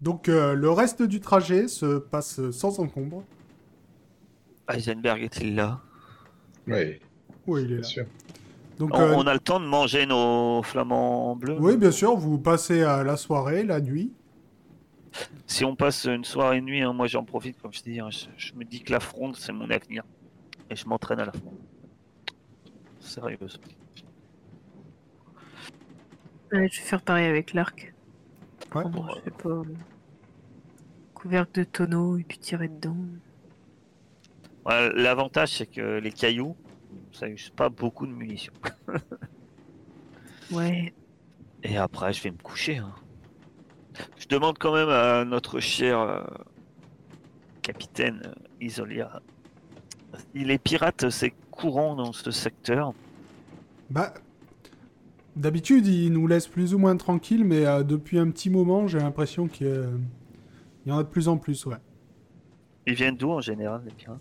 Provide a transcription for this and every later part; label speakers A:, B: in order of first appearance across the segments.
A: Donc euh, le reste du trajet se passe sans encombre.
B: Heisenberg est-il là
C: Oui,
A: Oui, il est
C: bien
A: là.
C: sûr.
A: Donc,
B: on,
A: euh,
B: on a le temps de manger nos flamants bleus
A: oui, bien sûr, vous passez à la soirée, la nuit.
B: Si on passe une soirée et une nuit, hein, moi j'en profite, comme je dis, hein, je, je me dis que la fronde, c'est mon avenir. Et je m'entraîne à la fronde. Sérieuse.
D: Ouais, je vais faire pareil avec l'arc.
A: Ouais.
D: Prendre, je sais pas. euh, Couvercle de tonneau et puis tirer dedans.
B: Ouais, L'avantage, c'est que les cailloux, ça use pas beaucoup de munitions.
D: Ouais.
B: Et après, je vais me coucher. hein. Je demande quand même à notre cher euh, capitaine euh, Isolia si les pirates, c'est courant dans ce secteur.
A: Bah, d'habitude, il nous laisse plus ou moins tranquille, mais euh, depuis un petit moment, j'ai l'impression qu'il y en a de plus en plus, ouais.
B: Ils viennent d'où en général, les pirates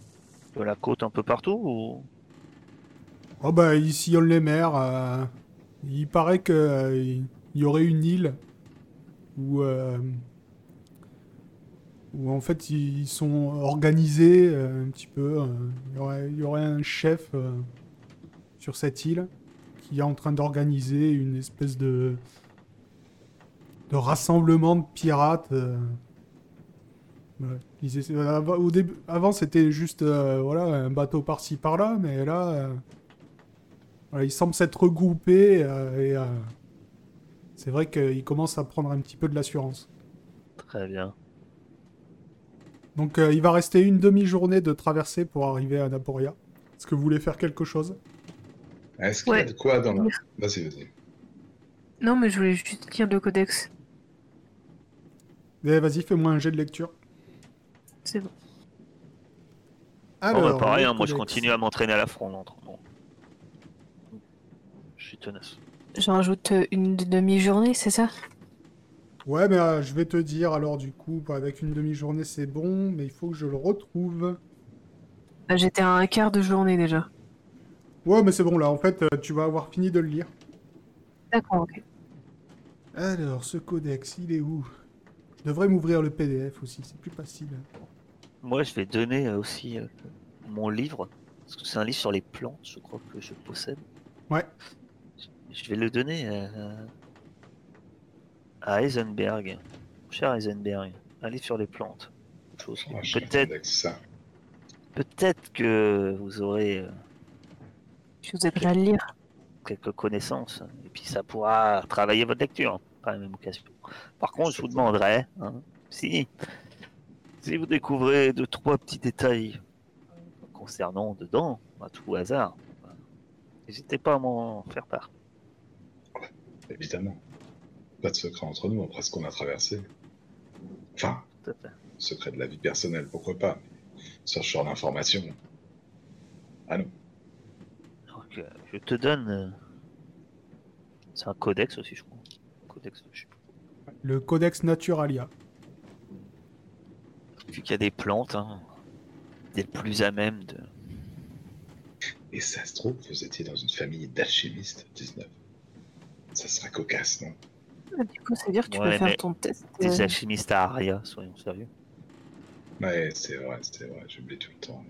B: De la côte un peu partout ou...
A: Oh bah, ils sillonnent les mers. euh, il paraît que euh, il y aurait une île où, euh, où en fait ils sont organisés euh, un petit peu. euh, il, y aurait, il y aurait un chef euh, sur cette île qui est en train d'organiser une espèce de de rassemblement de pirates. euh. Voilà. Ils essaient- euh, av- au début, avant c'était juste euh, voilà un bateau par-ci par-là, mais là euh, voilà, ils semblent s'être regroupés euh, et euh, c'est vrai qu'ils commencent à prendre un petit peu de l'assurance.
B: Très bien.
A: Donc euh, il va rester une demi-journée de traversée pour arriver à Naporia. Est-ce que vous voulez faire quelque chose
C: Est-ce qu'il y a
D: Ouais.
C: de quoi dans la... Vas-y, vas-y.
D: Non, mais je voulais juste lire le codex.
A: Eh, Vas-y, fais-moi un jet de lecture.
D: C'est bon.
C: Ah,
B: Bon, bah, pareil,
A: le
B: hein, moi je
A: codex.
B: continue à m'entraîner à la fronde. entre- bon. Je suis tenace.
E: J'en rajoute euh, une demi-journée, c'est ça
A: Ouais, mais euh, je vais te dire alors du coup, bah, avec une demi-journée c'est bon, mais il faut que je le retrouve.
E: Bah,
D: Ah, J'étais à un quart de journée déjà.
A: Ouais, mais c'est bon là, en fait, euh, tu vas avoir fini de le lire.
D: D'accord, ok.
A: Alors, ce codex, il est où Je devrais m'ouvrir le PDF aussi, c'est plus facile.
B: Moi je vais donner euh, aussi euh, mon livre, parce que c'est un livre sur les plantes, je crois que je possède.
A: Ouais.
B: Je vais le donner euh, à Heisenberg. Mon Cher Heisenberg, un livre sur les plantes. Chose que
C: Ah, je
B: Peut-être
C: avec ça.
B: peut-être que vous aurez euh,
E: Je vous aiderai à le lire.
B: quelques connaissances, et puis ça pourra travailler votre lecture, par la même occasion. Par contre, je vous demanderai, hein, si, si vous découvrez deux, trois petits détails concernant dedans, à tout hasard, bah, n'hésitez pas à m'en faire part.
C: Évidemment. Pas de secret entre nous après ce qu'on a traversé. Enfin,
B: Tout à fait.
C: secret de la vie personnelle, pourquoi pas. mais Sur sur l'information. Ah non.
B: Donc, euh, je te donne... euh, C'est un codex aussi, je crois. Codex, je sais plus.
A: Le codex Naturalia.
B: Vu qu'il y a des plantes, hein, des plus à même de...
C: Et ça se trouve, vous étiez dans une famille d'alchimistes, 19. Ça sera cocasse, non
E: Ah, Du coup, ça veut dire que tu
B: Ouais,
E: peux faire
B: mais
E: ton test.
B: des
E: euh,
B: alchimistes à Aria, soyons sérieux.
C: Ouais, c'est vrai, c'est vrai, j'oublie tout le temps.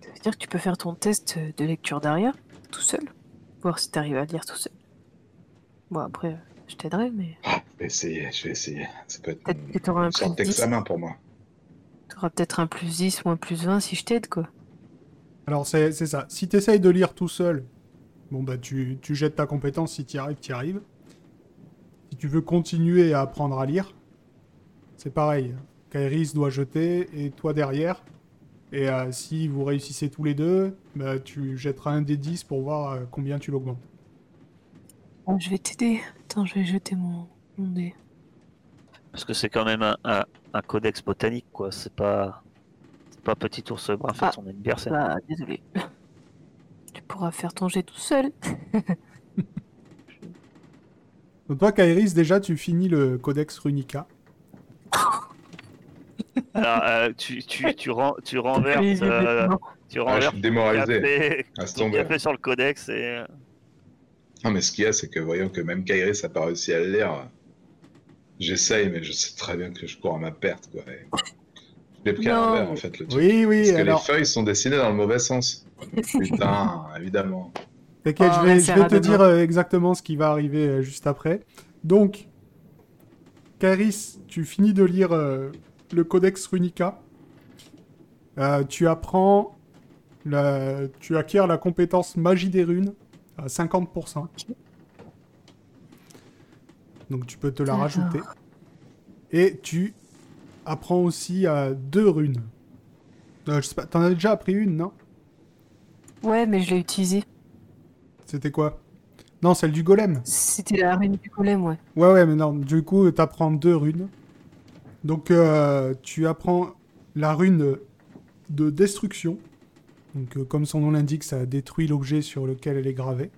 E: Ça veut dire que tu peux faire ton test euh, de lecture d'arrière, tout seul. Voir si t'arrives à lire tout seul. Bon, après, euh, je t'aiderai, mais
C: Ah, je vais essayer, je vais essayer. Ça peut être
E: peut-être
C: une,
E: que t'auras un
C: une sorte
E: plus 10.
C: d'examen pour moi.
E: T'auras peut-être un plus 10 ou un plus 20 si je t'aide, quoi.
A: Alors c'est c'est ça. Si t'essayes de lire tout seul, bon bah tu, tu jettes ta compétence, si t'y arrives, t'y arrives. Si tu veux continuer à apprendre à lire, c'est pareil. Kairis doit jeter et toi derrière. Et euh, si vous réussissez tous les deux, bah, tu jetteras un des 10 pour voir euh, combien tu l'augmentes.
E: Ah, je vais t'aider. Attends, je vais jeter mon, mon dé.
B: Parce que c'est quand même un, un- un codex botanique, quoi. C'est pas, c'est pas petit ours brun fait
E: Ah.
B: son anniversaire.
E: Bah, désolé. Tu pourras faire ton jet tout seul.
A: Donc toi Kairis, déjà tu finis le codex Runica.
B: Alors, euh, tu, tu, tu, ren- tu renverses,
E: Les yeux
B: euh,
E: bêtement.
B: tu
C: Ah, je
B: renverses
C: suis
B: ton
C: démoralisé.
B: café,
C: Ah, c'est
B: ton
C: tombé.
B: café sur le codex et euh,
C: Non, mais ce qu'il y a, c'est que voyons que même Kairis n'a pas réussi à le lire. J'essaye, mais je sais très bien que je cours à ma perte, quoi. et Je l'ai pris à
E: Non.
C: l'envers, en fait, le truc.
A: Oui, oui,
C: Parce que
A: alors.
C: les feuilles sont dessinées dans le mauvais sens. Putain, évidemment.
A: T'inquiète,
E: Oh,
A: je vais,
E: on
A: je
E: essaiera
A: vais te
E: demain.
A: dire euh, exactement ce qui va arriver euh, juste après. Donc, Caris, tu finis de lire euh, le Codex Runica. Euh, tu apprends, la- tu acquiers la compétence Magie des runes à 50%. Donc tu peux te la
E: D'accord.
A: rajouter. Et tu apprends aussi euh, deux runes. Euh, je sais pas, t'en as déjà appris une, non
E: Ouais, mais je l'ai utilisé.
A: C'était quoi Non, celle du golem.
E: C'était la rune du golem, ouais.
A: Ouais, ouais, mais non, du coup, t'apprends deux runes. Donc, euh, tu apprends la rune de destruction. Donc, euh, comme son nom l'indique, ça détruit l'objet sur lequel elle est gravée.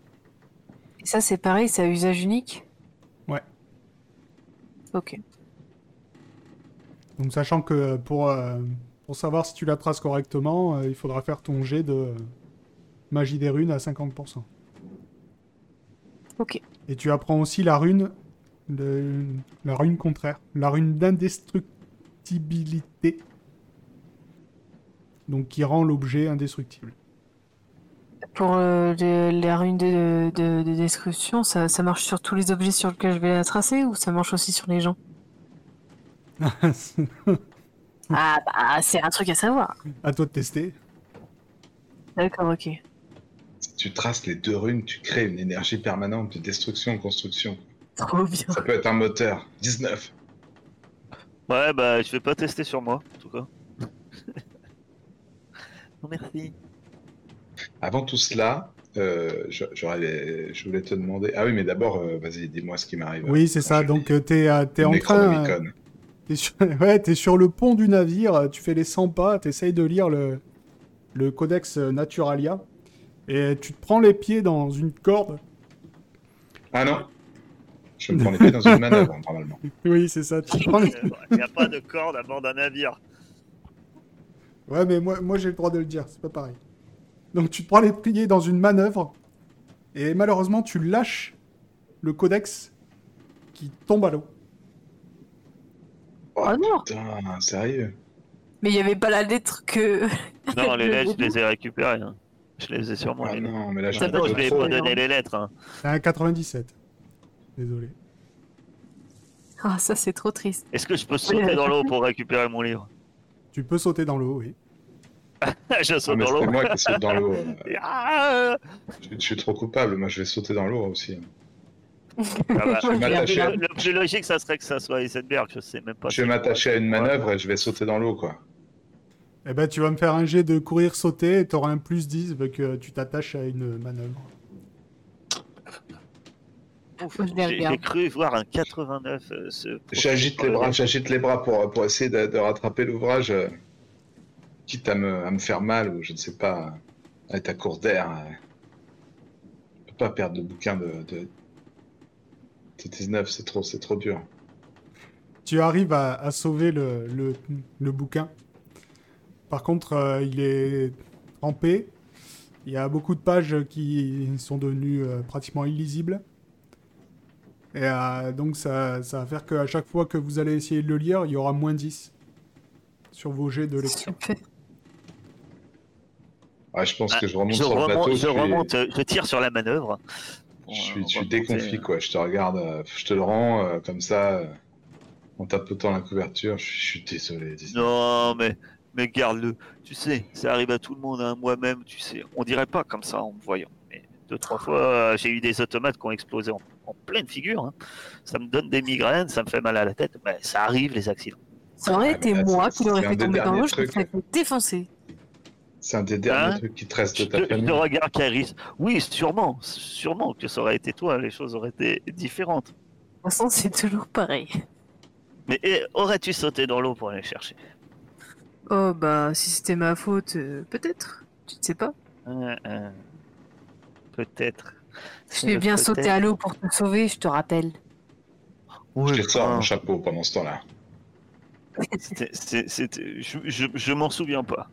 E: Et ça, c'est pareil, c'est à usage unique
A: Ouais.
E: Ok.
A: Donc, sachant que euh, pour, euh, pour savoir si tu la traces correctement, euh, il faudra faire ton jet de euh, magie des runes à 50%.
E: Ok.
A: Et tu apprends aussi la rune, le- la rune contraire, la rune d'indestructibilité. Donc, qui rend l'objet indestructible.
E: Pour euh, le- la rune de, de, de destruction, ça, ça marche sur tous les objets sur lesquels je vais la tracer ou ça marche aussi sur les gens Ah, bah, c'est un truc à savoir.
A: à toi de tester.
E: D'accord, ok.
C: Si tu traces les deux runes, tu crées une énergie permanente de destruction-construction.
E: Trop bien.
C: Ça peut être un moteur. 19.
B: Ouais, bah, je vais pas tester sur moi, en tout cas. non, merci.
C: Avant tout cela, euh, je, j'aurais- je voulais te demander. Ah oui, mais d'abord, euh, vas-y, dis-moi ce qui m'arrive.
A: Oui, c'est ça.
C: Je-
A: Donc, euh, t'es euh, t'es en train. euh,
C: Necronomicon.
A: T'es sur... ouais, t'es sur le pont du navire, euh, tu fais les 100 pas, t'essayes de lire le... le codex euh, Naturalia. Et tu te prends les pieds dans une corde.
C: Ah non Je me prends les pieds dans une manœuvre, normalement.
A: Oui, c'est ça. Tu te prends les-
B: Euh, Il n'y a pas de corde à bord d'un navire.
A: Ouais, mais moi, moi j'ai le droit de le dire, c'est pas pareil. Donc, tu te prends les pieds dans une manœuvre. Et malheureusement, tu lâches le codex qui tombe à l'eau.
E: Oh non
C: Putain, sérieux
E: Mais il n'y avait pas la lettre que.
B: Non, les lettres, je les ai récupérées. hein. Je les ai sur moi.
C: Ah
B: les lettres.
C: non, mais là, je
B: De toute façon, je vais
C: trop.
B: pas donner les lettres. hein.
A: C'est un 97. Désolé.
E: Ah, ça, c'est trop triste.
B: Est-ce que je peux sauter dans l'eau pour récupérer mon livre
A: Tu peux sauter dans l'eau, oui.
B: Je
C: Ah,
B: saute
C: mais
B: dans l'eau.
C: c'est moi qui saute dans l'eau. euh,
B: Ah
C: Je, je suis trop coupable, moi je vais sauter dans l'eau aussi.
B: Ah bah,
C: Je vais m'attacher à-
B: le, le plus logique, ça serait que ça soit Heisenberg, je sais même pas.
C: je vais
B: si-
C: m'attacher à une manœuvre et je vais sauter dans l'eau, quoi.
A: Eh ben, tu vas me faire un jet de courir sauter et t'auras un plus 10 vu que tu t'attaches à une manœuvre.
E: Faut que je les
B: J'ai
E: regarde.
B: j'ai cru voir un 89. euh, se
C: J'agite les bras, j'agite les bras pour, pour essayer de, de rattraper l'ouvrage, euh, quitte à me, à me faire mal ou je ne sais pas, à être à court d'air. euh. Je peux pas perdre de bouquin de, de, de 19, c'est trop, c'est trop dur.
A: Tu arrives à, à sauver le, le- le bouquin. Par contre, euh, il est trempé. Il y a beaucoup de pages qui sont devenues euh, pratiquement illisibles. Et euh, donc, ça, ça va faire qu'à chaque fois que vous allez essayer de le lire, il y aura moins 10 sur vos jets de lecture.
E: Super.
C: Ouais, je pense
B: Ah,
C: que je remonte
B: Je
C: sur le
B: remonte,
C: plateau.
B: je,
C: suis-
B: remonte, euh, je tire sur la manœuvre. Bon,
C: Je suis,
B: euh,
C: je suis
B: on va
C: déconfit,
B: monter,
C: quoi. Je te regarde, euh, je te le rends euh, comme ça, euh, en tapotant la couverture. Je, je suis désolé.
B: euh.
C: dis-
B: Non, mais, mais garde-le. Tu sais, ça arrive à tout le monde, hein, moi-même, tu sais. On dirait pas comme ça en me voyant. Mais deux, trois fois, euh, j'ai eu des automates qui ont explosé en, en pleine figure. hein. Ça me donne des migraines, ça me fait mal à la tête. Mais ça arrive, les accidents.
E: Ça aurait
C: Ouais,
E: été
C: mais là,
E: moi
C: Ah, c'est-
E: qui l'aurais
C: c'est un
E: fait
C: des
E: tomber dans
C: derniers
E: l'eau, je me
C: trucs.
E: serais fait défoncer.
C: C'est un des derniers
B: Hein
C: trucs qui te reste
B: Je
C: de
B: te,
C: ta
B: je
C: famille.
B: te regarde, Kairis. Oui, sûrement, sûrement que ça aurait été toi, les choses auraient été différentes.
E: De toute façon, c'est toujours pareil.
B: Mais eh, aurais-tu sauté dans l'eau pour aller chercher
E: Oh, bah, si c'était ma faute, euh, peut-être. Tu ne sais pas.
B: Euh, euh, Peut-être.
E: Je
B: Euh,
E: vais bien sauter à l'eau pour te sauver, je te rappelle.
C: Je
B: Oui,
C: te sors mon
B: enfin,
C: chapeau pendant ce temps-là.
B: c'était- c'est- c'était- Je, je, je m'en souviens pas.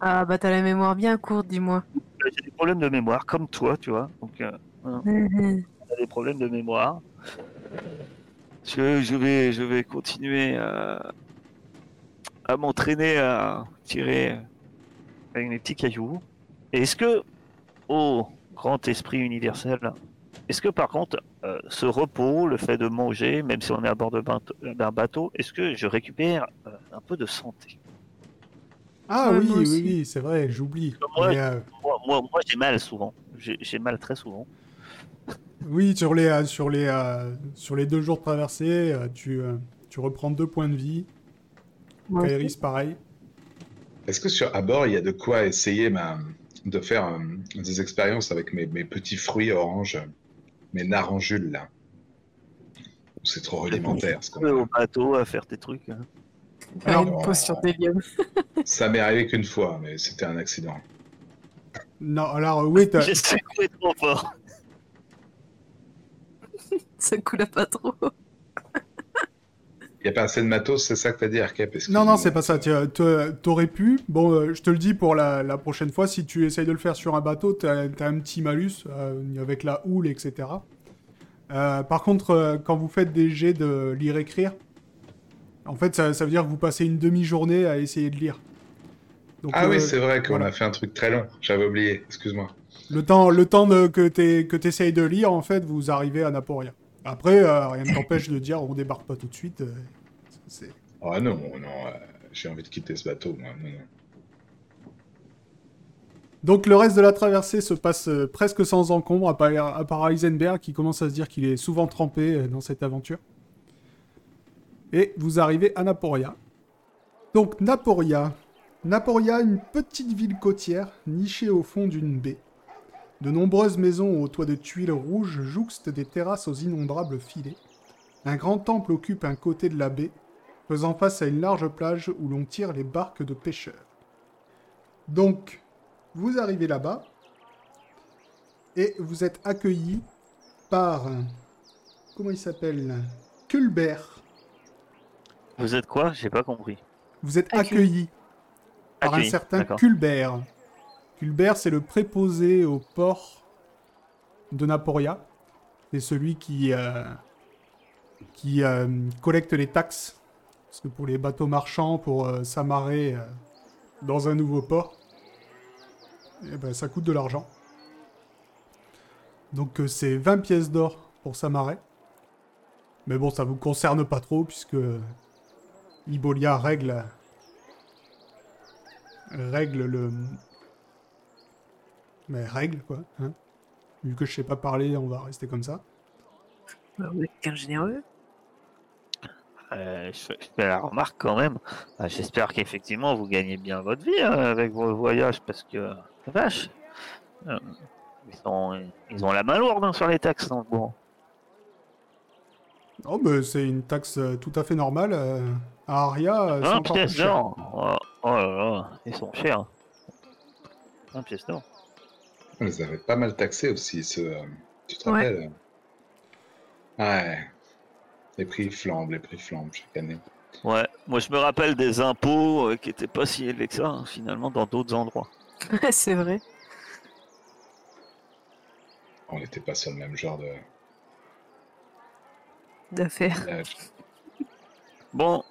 E: Ah, bah, t'as la mémoire bien courte, dis-moi.
B: J'ai des problèmes de mémoire, comme toi, tu vois. Donc, euh,
E: Mhm.
B: on a des problèmes de mémoire. je, je vais, je vais continuer euh, à m'entraîner à tirer avec mes petits cailloux. Et est-ce que, ô grand esprit universel, est-ce que par contre, euh, ce repos, le fait de manger, même si on est à bord de bateau- d'un bateau, est-ce que je récupère euh, un peu de santé
A: Ah
D: Ouais,
A: oui,
D: moi
A: oui,
D: aussi.
A: oui, c'est vrai, j'oublie.
B: Ouais.
A: Mais, euh,
B: Moi, moi, moi, j'ai mal souvent. J'ai j'ai mal très souvent.
A: oui, sur les, euh, sur, les, euh, sur les deux jours traversés, euh, tu, euh, tu reprends deux points de vie.
E: Moi aussi.
A: Kairis, pareil.
C: Est-ce que sur à bord, il y a de quoi essayer ma- de faire euh, des expériences avec mes, mes petits fruits oranges, euh, mes narangules là Ou C'est trop rudimentaire ce qu'on
B: Euh, Au bateau, à faire des trucs. hein.
A: Alors,
E: une potion d'hélium.
C: Ça m'est arrivé qu'une fois, mais c'était un accident.
A: Non, alors euh, oui, t'as-
B: Je suis complètement fort.
E: Ça coule à pas trop.
C: Il n'y a pas assez de matos, c'est ça que t'as dit, Arcap parce que-
A: Non, non, c'est pas ça. Tu euh, te- T'aurais pu. Bon, euh, je te le dis pour la, la prochaine fois, si tu essayes de le faire sur un bateau, t'as as un petit malus euh, avec la houle, etc. Euh, par contre, euh, quand vous faites des jets de lire-écrire, en fait, ça, ça veut dire que vous passez une demi-journée à essayer de lire. Donc,
C: Ah
A: euh,
C: oui, c'est vrai qu'on
A: voilà.
C: a fait un truc très long. J'avais oublié, excuse-moi.
A: le temps, le temps de- que t'es- que t'essayes de lire, en fait, vous arrivez à Naporia. Après, euh, rien ne t'empêche de dire on débarque pas tout de suite. euh, c'est-
C: Oh non, non, euh, j'ai envie de quitter ce bateau, moi. non, non.
A: Donc le reste de la traversée se passe euh, presque sans encombre, à part, à part Heisenberg qui commence à se dire qu'il est souvent trempé euh, dans cette aventure. Et vous arrivez à Naporia. Donc Naporia. Naporia, une petite ville côtière nichée au fond d'une baie. De nombreuses maisons aux toits de tuiles rouges jouxtent des terrasses aux innombrables filets. Un grand temple occupe un côté de la baie, faisant face à une large plage où l'on tire les barques de pêcheurs. Donc, vous arrivez là-bas et vous êtes accueilli par euh, comment il s'appelle Culbert.
B: Vous êtes quoi J'ai pas compris.
A: Vous êtes
E: Accueilli.
A: accueilli par
B: Accueilli,
A: un certain
B: d'accord.
A: Culbert. Culbert, c'est le préposé au port de Naporia. C'est celui qui, euh, qui euh, collecte les taxes. Parce que pour les bateaux marchands, pour euh, s'amarrer euh, dans un nouveau port, eh ben, ça coûte de l'argent. Donc euh, c'est 20 pièces d'or pour s'amarrer. Mais bon, ça vous concerne pas trop, puisque euh, Ibolia règle règle le. Mais règle, quoi. hein. Vu que je sais pas parler, on va rester comme ça.
D: Bah, vous êtes bien généreux.
B: Euh, je, fais- je fais la remarque quand même. Euh, J'espère qu'effectivement vous gagnez bien votre vie hein, avec vos voyages parce que euh, vache, euh, ils, sont- ils ont la main lourde hein, sur les taxes. donc bon.
A: Oh, mais c'est une taxe euh, tout à fait normale. euh, à Aria, euh, c'est
B: 20
A: encore plus
B: pièces
A: cher.
B: d'or. Oh, oh là là, ils sont chers. 20 pièces d'or.
C: On les avait Ah, pas mal taxés aussi, ce, euh, tu te rappelles euh? Ouais. Les prix flambent, les prix flambent chaque année.
B: Ouais, moi je me rappelle des impôts euh, qui étaient pas si élevés que ça hein, finalement dans d'autres endroits.
E: c'est vrai.
C: On n'était pas sur le même genre de
E: D'affaires.
C: village.
B: Bon,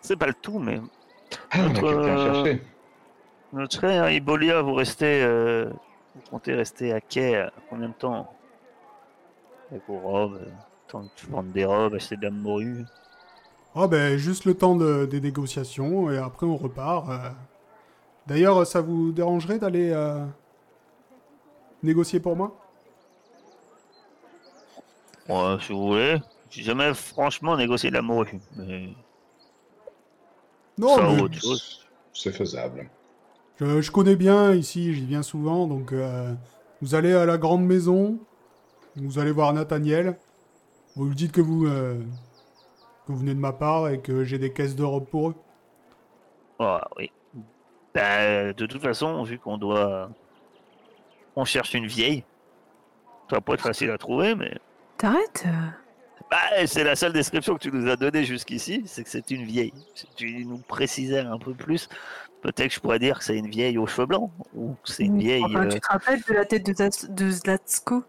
B: c'est pas le tout, mais
C: Ah, on a
B: Notre,
C: quelqu'un à
B: euh,
C: chercher.
B: Notre frère Ibolia, hein, vous restez, euh, vous comptez rester à quai euh, combien de temps Avec vos robes, euh, tant que tu vendre des robes, acheter de la morue.
A: Oh, ben, juste le temps de- des négociations, et après, on repart. euh. D'ailleurs, ça vous dérangerait d'aller euh, négocier pour moi
B: Ouais, si vous voulez. J'ai jamais franchement négocié de la morue, mais
A: Non,
B: ça
A: mais
B: ou autre chose.
C: C'est faisable.
A: je, je connais bien ici, j'y viens souvent, donc euh, vous allez à la grande maison, vous allez voir Nathaniel, vous lui dites que vous, euh, que vous venez de ma part et que j'ai des caisses d'or pour eux.
B: Ah oui. Bah, de toute façon, vu qu'on doit, on cherche une vieille. Ça va pas être facile à trouver, mais
D: T'arrêtes euh,
B: Bah, c'est la seule description que tu nous as donnée jusqu'ici, c'est que c'est une vieille. Si tu nous précisais un peu plus, peut-être que je pourrais dire que c'est une vieille aux cheveux blancs, ou que c'est une vieille...
E: Enfin,
B: euh,
E: tu te rappelles de la tête de, Tas- de Zlatko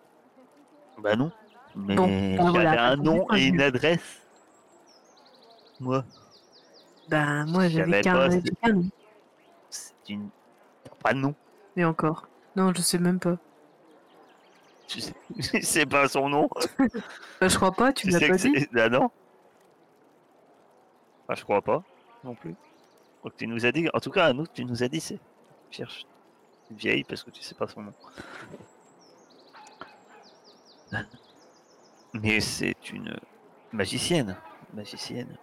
B: Bah non, Mais
D: Bon,
E: bah
B: j'avais
E: voilà,
B: un
E: t'as
B: nom
E: compris,
B: et une
E: Fabien.
B: adresse. Moi,
E: Ben, moi,
B: Je savais pas,
E: j'avais qu'un
B: c'est-
E: j'avais qu'un nom.
B: c'est une. T'as Pas de nom.
E: Mais encore. Non, je sais même pas.
B: Tu sais, tu sais pas son nom.
E: Bah, je crois pas,
B: Tu
E: tu me l'as
B: sais
E: pas
B: que
E: dit.
B: c'est. Ah non Ah, Je crois pas non plus. Donc, tu nous as dit. En tout cas, à nous, tu nous as dit c'est. Cherche une vieille parce que tu sais pas son nom. Mais c'est une magicienne. Magicienne.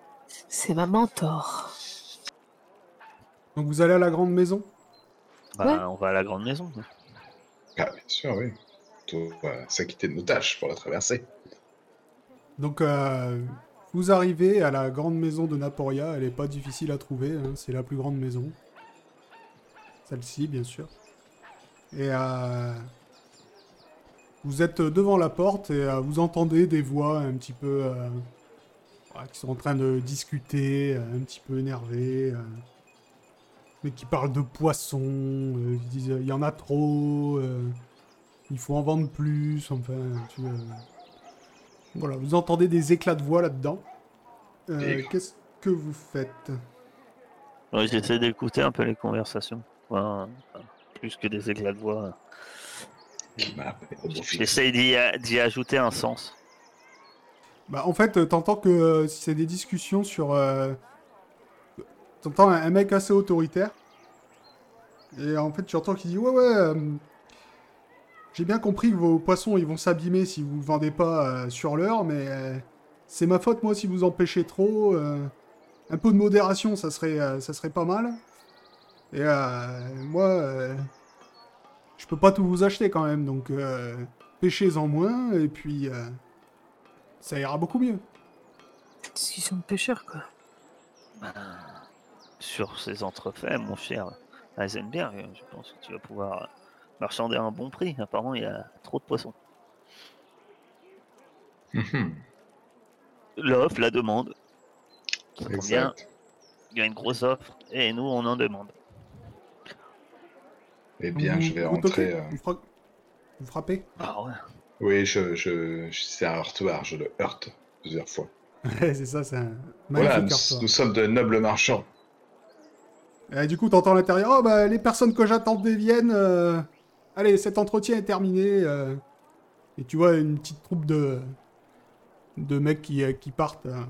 E: C'est ma mentor.
A: Donc vous allez à la grande maison
B: Bah,
E: Ouais.
B: on va à la grande maison. nous.
C: Ah, bien sûr, oui. Tout euh, s'acquitter de nos tâches pour la traversée.
A: Donc, euh, vous arrivez à la grande maison de Naporia. Elle n'est pas difficile à trouver. hein, C'est la plus grande maison. Celle-ci, bien sûr. Et euh, vous êtes devant la porte et euh, vous entendez des voix un petit peu euh, ouais, qui sont en train de discuter, euh, un petit peu énervées, euh, mais qui parlent de poissons. euh, ils disent euh, il y en a trop, euh, il faut en vendre plus. Enfin, tu, euh, voilà, vous entendez des éclats de voix là-dedans. Euh,
C: Et-
A: Qu'est-ce que vous faites
B: Ouais, J'essaie d'écouter un peu les conversations. Enfin, euh, plus que des éclats de voix.
C: Qui m'a appelé au beau fils.
B: J'essaie d'y a- d'y ajouter un sens.
A: Bah, en fait, euh, t'entends que euh, c'est des discussions sur. euh, T'entends un, un mec assez autoritaire. Et en fait, tu entends qu'il dit Ouais, ouais. euh, J'ai bien compris que vos poissons, ils vont s'abîmer si vous ne vendez pas euh, sur l'heure, mais euh, c'est ma faute, moi, si vous en pêchez trop. euh, un peu de modération, ça serait, euh, ça serait pas mal. Et euh, moi, euh, je peux pas tout vous acheter quand même, donc euh, pêchez-en moins, et puis euh, ça ira beaucoup mieux.
E: Discussion de pêcheur, quoi.
B: sur ces entrefaits, mon cher Heisenberg, je pense que tu vas pouvoir marchander à un bon prix. Apparemment, il y a trop de poissons.
C: Mhm,
B: L'offre, la demande. Ça tombe bien,
C: exact.
B: il y a une grosse offre et nous, on en demande.
C: Eh bien, je vais
A: Vous toquez,
C: rentrer. euh,
A: Vous, fra- vous frappez
B: Ah ouais.
C: Oui, je, je, je- c'est un heurtoir, je le heurte plusieurs fois.
A: Ouais, c'est ça, c'est un
C: Voilà, nous,
A: magnifique heurtoir.
C: nous sommes de nobles marchands.
A: Et du coup, t'entends à l'intérieur Oh, bah, les personnes que j'attendais viennent. euh, Allez, cet entretien est terminé. euh. Et tu vois une petite troupe de, de mecs qui, euh, qui partent. euh.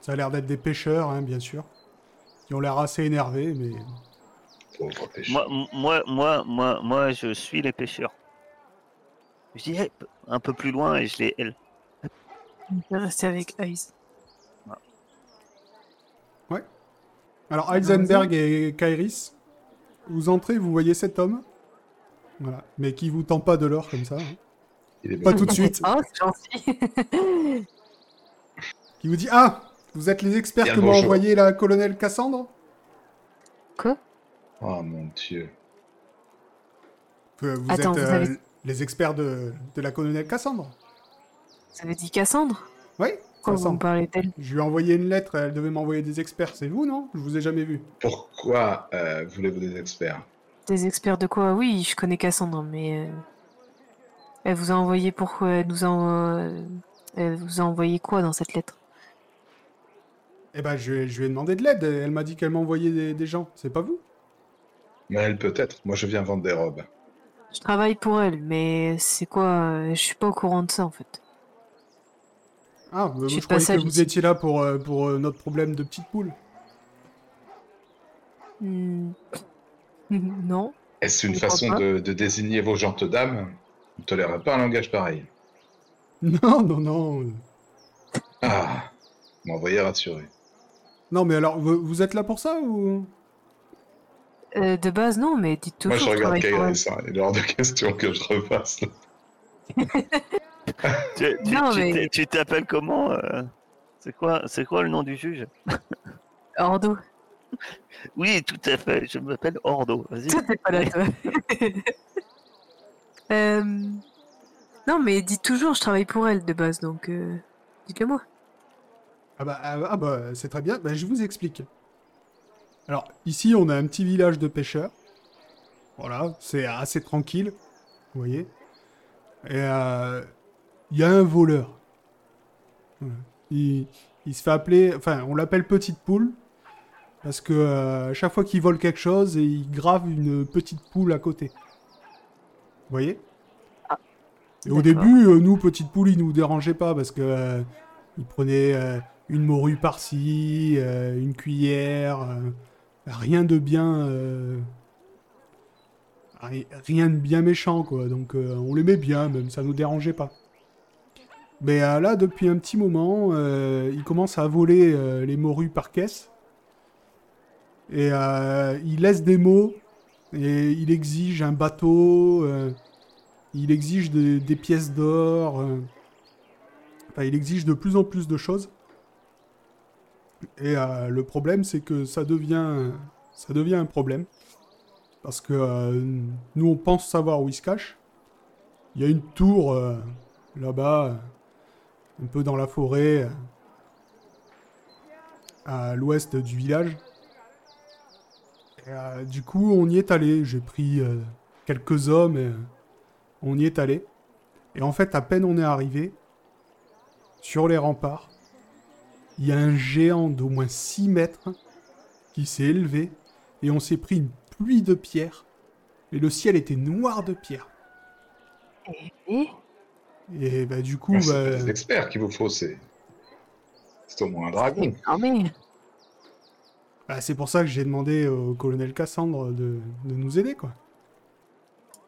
A: Ça a l'air d'être des pêcheurs, hein, bien sûr. Qui ont l'air assez énervés, mais.
C: Pauvre pêcheur.
B: Moi, m- moi, moi, moi, moi, je suis les pêcheurs. Je dis hey, p- un peu plus loin et je les hèle.
E: Je vais rester avec Ice.
A: Alors, Heisenberg et Kairis, vous entrez, vous voyez cet homme. Voilà. Mais qui vous tend pas de l'or comme ça. hein.
C: Il est
A: Pas
C: bon.
A: tout de suite.
E: Oh, c'est gentil.
A: qui vous dit Ah, vous êtes les experts
C: Bien
A: que
C: le
A: m'a
C: bonjour.
A: envoyé la colonelle Cassandre
C: Oh mon dieu.
A: Que Vous
E: Attends,
A: êtes euh,
E: vous avez-
A: les experts de, de la colonelle Cassandre
E: Vous avez dit Cassandre
A: Oui
E: Quand vous me
A: Cassandre.
E: parlez d'elle
A: Je lui ai envoyé une lettre, elle devait m'envoyer des experts, c'est vous non Je vous ai jamais vu.
C: Pourquoi euh, voulez-vous des experts
E: Des experts de quoi Oui, je connais Cassandre, mais... euh, Elle vous a envoyé pourquoi Elle nous a... euh, Elle vous a envoyé quoi dans cette lettre
A: Eh ben je, je lui ai demandé de l'aide, elle m'a dit qu'elle m'envoyait des, des gens, c'est pas vous
C: Mais elle peut-être. Moi, je viens vendre des robes.
E: Je travaille pour elle, mais c'est quoi euh, Je suis pas au courant de ça, en fait.
A: Ah, vous,
E: suis
A: je
E: de
A: croyais
E: passage
A: que vous
E: ici.
A: étiez là pour, euh, pour euh, notre problème de petite poule.
E: Hmm. Non.
C: Est-ce une
E: Je comprends
C: façon
E: pas.
C: de, de désigner vos gentes dames Vous ne tolérez pas un langage pareil.
A: Non, non, non. euh.
C: Ah, vous m'envoyez rassuré.
A: Non, mais alors, vous, vous êtes là pour ça ou
E: Euh, de base, non, mais dites
C: Moi,
E: toujours.
C: je
E: je
C: regarde
E: travaille pour elle.
C: Kairis. hein, Il est hors de question que je repasse.
B: Tu tu-
E: Non,
B: tu
E: mais-
B: t'es- tu t'appelles comment euh, C'est quoi, c'est quoi le nom du juge
E: Ordo,
B: Oui, tout à fait. Je m'appelle Ordo. Vas-y.
E: toi, t'es pas là, toi. Euh, Non, mais dites toujours, je travaille pour elle, de base, donc euh, dites-le moi.
A: Ah bah, ah, ah bah, c'est très bien, Bah, je vous explique. Alors, ici, on a un petit village de pêcheurs. Voilà, c'est assez tranquille, vous voyez. Et euh, il y a un voleur. Voilà. Il, il se fait appeler, enfin, on l'appelle Petite Poule, parce que euh, à chaque fois qu'il vole quelque chose, il grave une petite poule à côté. Vous voyez et au
E: D'accord.
A: début, euh, nous, petite poule, il nous dérangeait pas parce que euh, il prenait euh, une morue par-ci, euh, une cuillère, euh, rien de bien, euh, ri- rien de bien méchant quoi. Donc euh, on l'aimait bien, même ça nous dérangeait pas. Mais euh, là, depuis un petit moment, euh, il commence à voler euh, les morues par caisse et euh, il laisse des mots et il exige un bateau. euh, il exige des, des pièces d'or. euh, Enfin, il exige de plus en plus de choses. Et euh, le problème, c'est que ça devient, ça devient un problème. Parce que euh, nous, on pense savoir où il se cache. Il y a une tour euh, là-bas, euh, un peu dans la forêt, euh, à l'ouest du village. Et, euh, du coup, on y est allé. J'ai pris euh, quelques hommes. et, euh, on y est allé. Et en fait, à peine on est arrivé, sur les remparts, il y a un géant d'au moins 6 mètres qui s'est élevé et on s'est pris une pluie de pierres. Et le ciel était noir de pierres.
E: Et
A: Et bah, du coup,
C: C'est
A: bah,
C: pas des experts qu'il vous faut, c'est. C'est au moins un dragon.
E: Non mais
A: bah, c'est pour ça que j'ai demandé au colonel Cassandre de, de nous aider, quoi.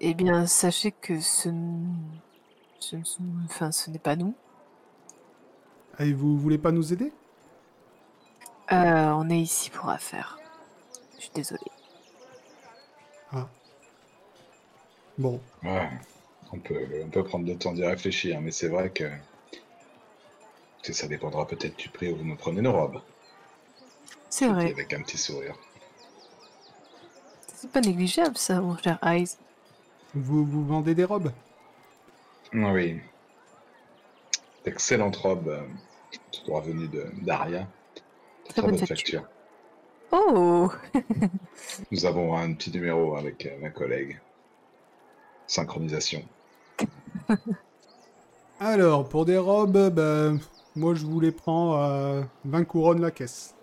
E: Eh bien, sachez que ce, n- ce, ne sont- enfin, ce n'est pas nous.
A: Ah, Et vous voulez pas nous aider
E: Euh, on est ici pour affaire. Je suis désolée.
A: Bon,
C: Ouais. On peut, on peut prendre le temps d'y réfléchir, mais c'est vrai que. que ça dépendra peut-être du prix où vous me prenez nos robes.
E: C'est
C: Dit
E: vrai.
C: Avec un petit sourire.
E: C'est pas négligeable ça, mon cher Eyes.
A: vous vous vendez des robes
C: Ah Oui. D'excellentes robes euh, qui doivent venir de d'Aria.
E: Très bonne facture.
C: Ah bah, facture.
E: Oh
C: Nous avons un petit numéro avec euh, ma collègue. Synchronisation.
A: Alors, pour des robes, bah, moi je vous les prends à 20 couronnes la caisse.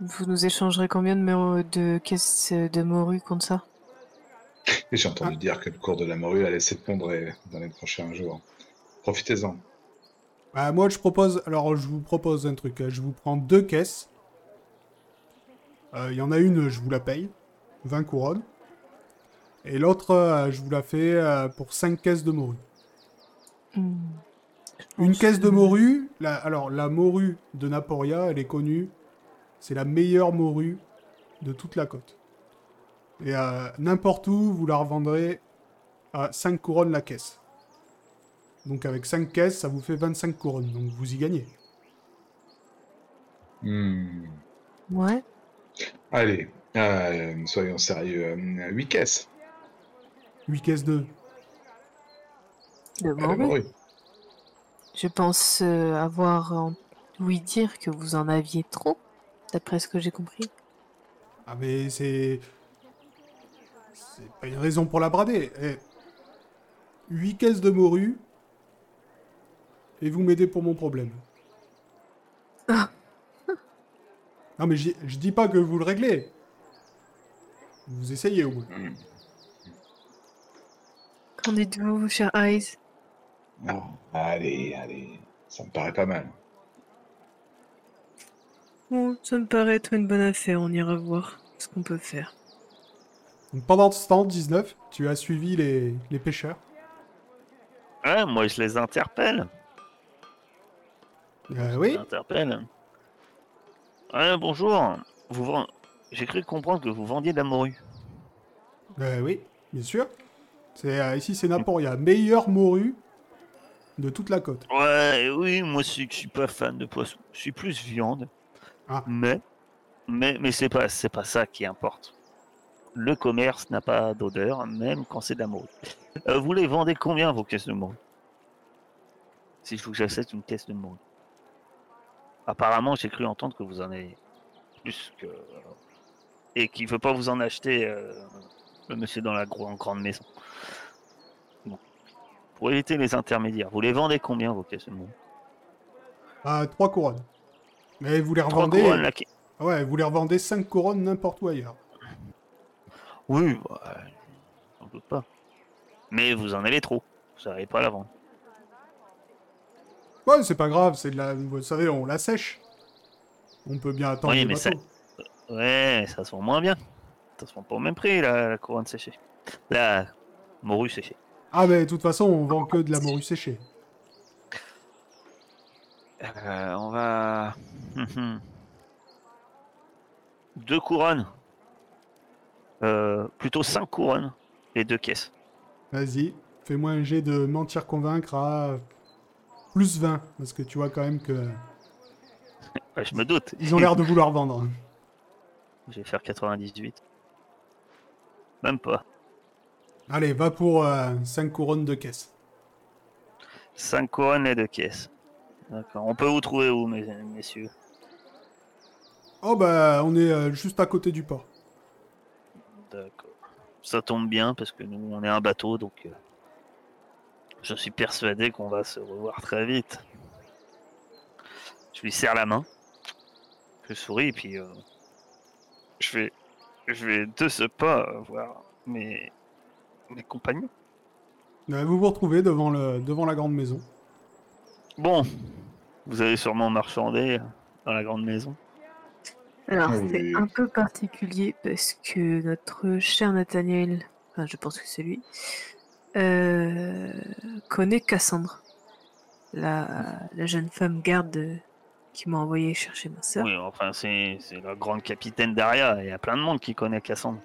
E: Vous nous échangerez combien de, numéros de caisses euh, de morue contre ça
C: Et j'ai entendu
E: Ah.
C: dire que le cours de la morue allait s'effondrer dans les prochains jours. Profitez-en.
A: Bah, moi, je propose. Alors, je vous propose un truc. hein. Je vous prends deux caisses. Euh, Il y en a une, je vous la paye. 20 couronnes. Et l'autre, euh, je vous la fais euh, pour 5 caisses de morue.
E: Hmm.
A: Une
E: pense
A: caisse de
E: que-
A: morue. La, alors, la morue de Naporia, elle est connue. C'est la meilleure morue de toute la côte. Et euh, n'importe où, vous la revendrez à 5 couronnes la caisse. Donc, avec 5 caisses, ça vous fait 25 couronnes. Donc, vous y gagnez.
C: Hmm.
E: Ouais.
C: Allez, euh, soyons sérieux. euh, Huit caisses
A: 8 caisses de.
E: De
C: à la
E: morue.
C: morue.
E: Je pense euh, avoir euh, ouï dire que vous en aviez trop, d'après ce que j'ai compris.
A: Ah mais c'est... C'est pas une raison pour la brader. 8 caisses de morue. Et vous m'aidez pour mon problème.
E: Ah.
A: Non mais j'y- je dis pas que vous le réglez. Vous essayez au moins.
C: Hmm.
D: Qu'en êtes-vous, cher Eyes
C: Ah, allez, allez. Ça me paraît pas mal.
D: Bon, ça me paraît être une bonne affaire, on ira voir ce qu'on peut faire.
A: Donc pendant ce temps, 19, tu as suivi les, les pêcheurs.
B: Ouais, moi je les interpelle.
A: Euh, oui,
B: J'interpelle. Ouais, Euh, bonjour. Vous vend- J'ai cru comprendre que vous vendiez de la morue.
A: Euh, oui, bien sûr. C'est, euh, ici c'est Naporia, meilleure morue de toute la côte.
B: Ouais, oui, moi c'est que je suis pas fan de poisson. Je suis plus viande.
A: Ah.
B: Mais, mais, mais c'est pas, c'est pas ça qui importe. Le commerce n'a pas d'odeur, même quand c'est de la morue. Euh, vous les vendez combien vos caisses de morue Si je faut que j'achète une caisse de morue. Apparemment, j'ai cru entendre que vous en avez plus que. Et qu'il ne veut pas vous en acheter, euh, le monsieur dans la gro- grande maison. Bon. pour éviter les intermédiaires. Vous les vendez combien vos pièces de monnaie
A: À 3 couronnes. Mais vous les
B: Trois
A: revendez.
B: couronnes, la-
A: Ah Ouais, vous les revendez 5 couronnes n'importe où ailleurs.
B: Oui, bah, j'en doute pas. Mais vous en avez trop. Vous n'arrivez pas à la vendre.
A: Ouais, c'est pas grave, c'est de la. Vous savez, on la sèche. On peut bien attendre.
B: Oui,
A: les
B: mais ça-
A: bateaux.
B: Ouais, ça se vend moins bien. Ça se vend pas au même prix, la, la couronne séchée. La morue séchée.
A: Ah, mais de toute façon, on vend que de la morue séchée.
B: Euh, on va... deux couronnes. Euh, plutôt cinq couronnes et deux caisses.
A: Vas-y, fais-moi un jet de mentir convaincre à plus 20, parce que tu vois quand même que
B: Ouais, je me doute.
A: ils ont l'air de vouloir vendre.
B: Je vais faire 98. Même pas.
A: Allez, va pour 5 couronnes de caisse.
B: 5 couronnes et 2 caisses. D'accord. On peut vous trouver où, mes- messieurs
A: Oh bah, on est euh, juste à côté du port.
B: D'accord. Ça tombe bien parce que nous, on est un bateau, donc euh, je suis persuadé qu'on va se revoir très vite. Je lui serre la main. Je souris, puis euh, je vais, je vais de ce pas euh, voir mes, mes compagnons.
A: Euh, vous vous retrouvez devant, le, devant la grande maison.
B: Bon, vous avez sûrement marchandé euh, dans la grande maison.
E: Alors,
C: Oui.
E: c'est un peu particulier parce que notre cher Nathaniel, enfin, je pense que c'est lui, euh, connaît Cassandre, la, la jeune femme garde qui m'a envoyé chercher ma sœur.
B: Oui, enfin, c'est c'est la grande capitaine d'Aria. Il y a plein de monde qui connaît Cassandre.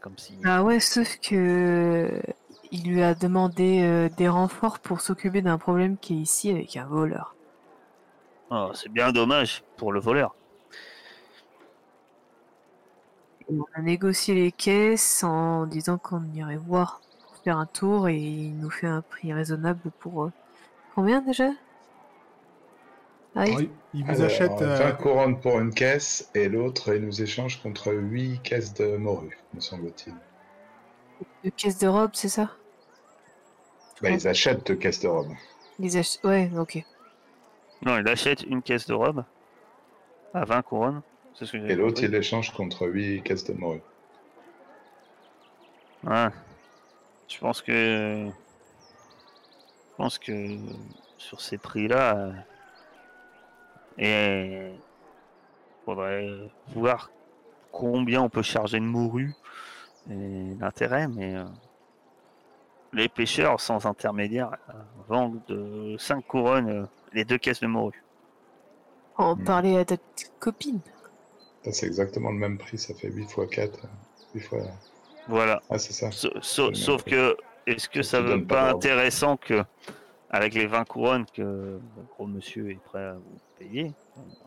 B: Comme si.
E: Ah ouais, sauf que il lui a demandé euh, des renforts pour s'occuper d'un problème qui est ici avec un voleur.
B: Oh, c'est bien dommage pour le voleur.
E: Et on a négocié les caisses en disant qu'on irait voir pour faire un tour et il nous fait un prix raisonnable pour euh, combien déjà Ah, il-
A: Alors, ils, ils vous
C: Alors,
A: achètent. euh,
C: 20 couronnes pour une caisse et l'autre, il nous échange contre 8 caisses de morue, me semble-t-il.
E: deux caisses de robe, c'est ça
C: Bah, ils achètent deux caisses de robes.
E: Ils ach- Ouais, ok.
B: Non, il achète une caisse de robe à 20 couronnes. C'est ce que j'ai
C: Et l'autre,
B: compris.
C: il échange contre 8 caisses de morue.
B: Ouais. Je pense que. Je pense que sur ces prix-là. euh, Et. Faudrait voir combien on peut charger de morue et d'intérêt, mais. euh, Les pêcheurs sans intermédiaire euh, vendent de 5 couronnes euh, les deux caisses de morue.
E: En
B: Mm.
C: Hmm.
E: parler à ta petite copine.
C: Ça, c'est exactement le même prix, ça fait 8 fois 4. 8 fois...
B: Voilà.
C: Ah, c'est ça.
B: Sa-
C: Ouais,
B: sa-
C: mais
B: Sauf
C: après,
B: que, est-ce que
C: ça
B: ça
C: te
B: veut
C: donne pas
B: pas
C: d'ordre.
B: intéressant que, avec les 20 couronnes que le gros monsieur est prêt à vous payer,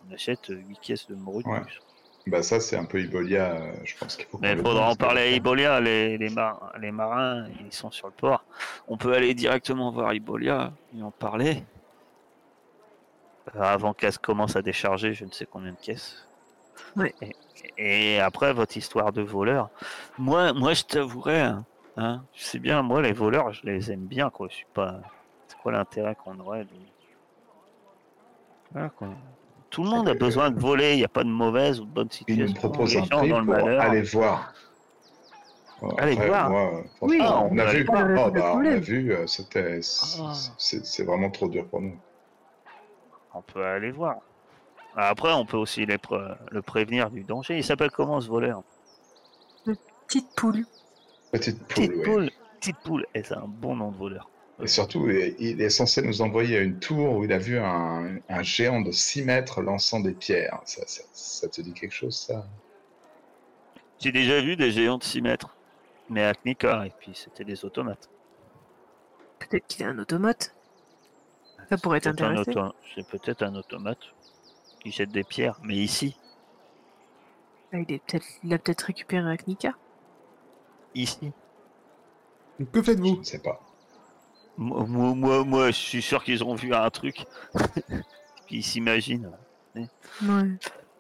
B: on achète 8 caisses de morue de
C: Ouais.
B: plus
C: Bah, ça, c'est un peu Ibolia, euh, je pense qu'il faut
B: Mais
C: qu'on le
B: il faudra en
C: dise,
B: parler à
C: parce que-
B: Ibolia, les, les, mar- les marins, ils sont sur le port. On peut aller directement voir Ibolia et en parler. Euh, Avant qu'elle se commence à décharger je ne sais combien de caisses.
E: Ouais.
B: Et, et après, votre histoire de voleur. Moi, moi je t'avouerai, hein, hein, je sais bien, moi, les voleurs, je les aime bien, quoi. Je suis pas. C'est quoi l'intérêt qu'on aurait de... Voilà, quoi. Tout le monde a
C: que-
B: besoin de voler, il n'y a pas de mauvaise ou de bonne
C: Il
B: situation.
C: nous propose
B: les
C: un
B: gens
C: prix
B: dans le
C: pour
B: malheur.
C: aller voir. Bon,
B: Allez voir.
C: moi, euh, franchement,
E: Oui,
B: Ah,
C: on,
B: on
C: a
B: allait
C: vu.
E: voir,
C: Ah,
E: le
C: bah, on a
E: problème.
C: vu, euh, c'était. c'est-
B: Ah.
C: C'est c'est vraiment trop dur pour nous.
B: On peut aller voir. Après, on peut aussi les pré- le prévenir du danger. Il s'appelle comment ce voleur
E: Petite poule.
C: Petite poule,
B: Petite
C: oui.
B: poule. Petite poule. Et c'est un bon nom de voleur.
C: Et surtout, il- il est censé nous envoyer à une tour où il a vu un, un géant de 6 mètres lançant des pierres. Ça, ça- ça te dit quelque chose, ça
B: J'ai déjà vu des géants de 6 mètres, mais à Knika, et puis c'était des automates.
E: Peut-être qu'il a un automate. Ça pourrait
B: C'est un
E: t'intéresser.
B: auto- C'est peut-être un automate qui jette des pierres, mais ici,
E: Ah, Il, est peut-être- il a peut-être récupéré un Knika.
B: ici.
A: donc que
C: Je
A: faites-vous
C: ne sais pas.
B: Moi, moi, moi, moi, je suis sûr qu'ils ont vu un truc. puis ils s'imaginent.
E: Ouais.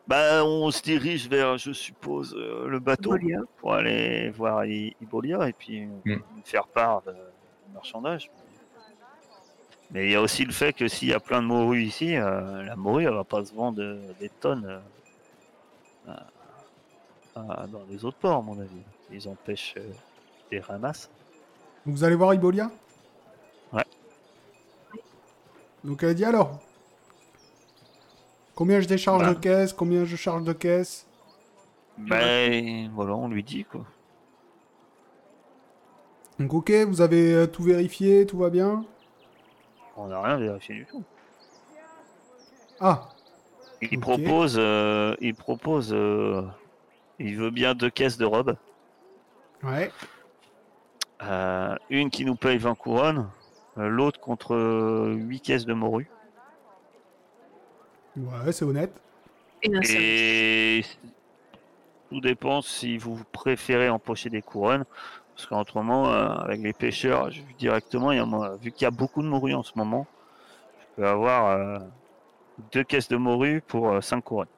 B: Bah, on se dirige vers, je suppose, euh, le bateau.
E: Volia.
B: pour aller voir I- Ibolia et puis euh,
C: Mm.
B: lui faire part de du marchandage. Mais il y a aussi le fait que s'il y a plein de morues ici, euh, la morue, elle va pas se vendre euh, des tonnes euh, à- à- dans les autres ports, à mon avis. Ils empêchent euh, des ramasses.
A: Donc vous allez voir Ibolia
B: Ouais.
A: Donc elle dit alors Combien je décharge de
B: Bah.
A: caisse Combien je charge de caisse
B: Ben voilà, on lui dit quoi.
A: Donc ok, vous avez euh, tout vérifié, tout va bien
B: On n'a rien vérifié du tout.
A: Ah,
B: Il
A: Ok.
B: propose, euh, il propose, euh, il veut bien deux caisses de robes.
A: ouais.
B: Euh, une qui nous paye 20 couronnes, euh, l'autre contre 8 caisses de morue.
A: Ouais, c'est honnête.
D: Et un service.
B: Et tout dépend si vous préférez empocher des couronnes. Parce qu'autrement, euh, avec les pêcheurs, je- directement, il y a moins- vu qu'il y a beaucoup de morue en ce moment, je peux avoir euh, deux caisses de morue pour 5 couronnes.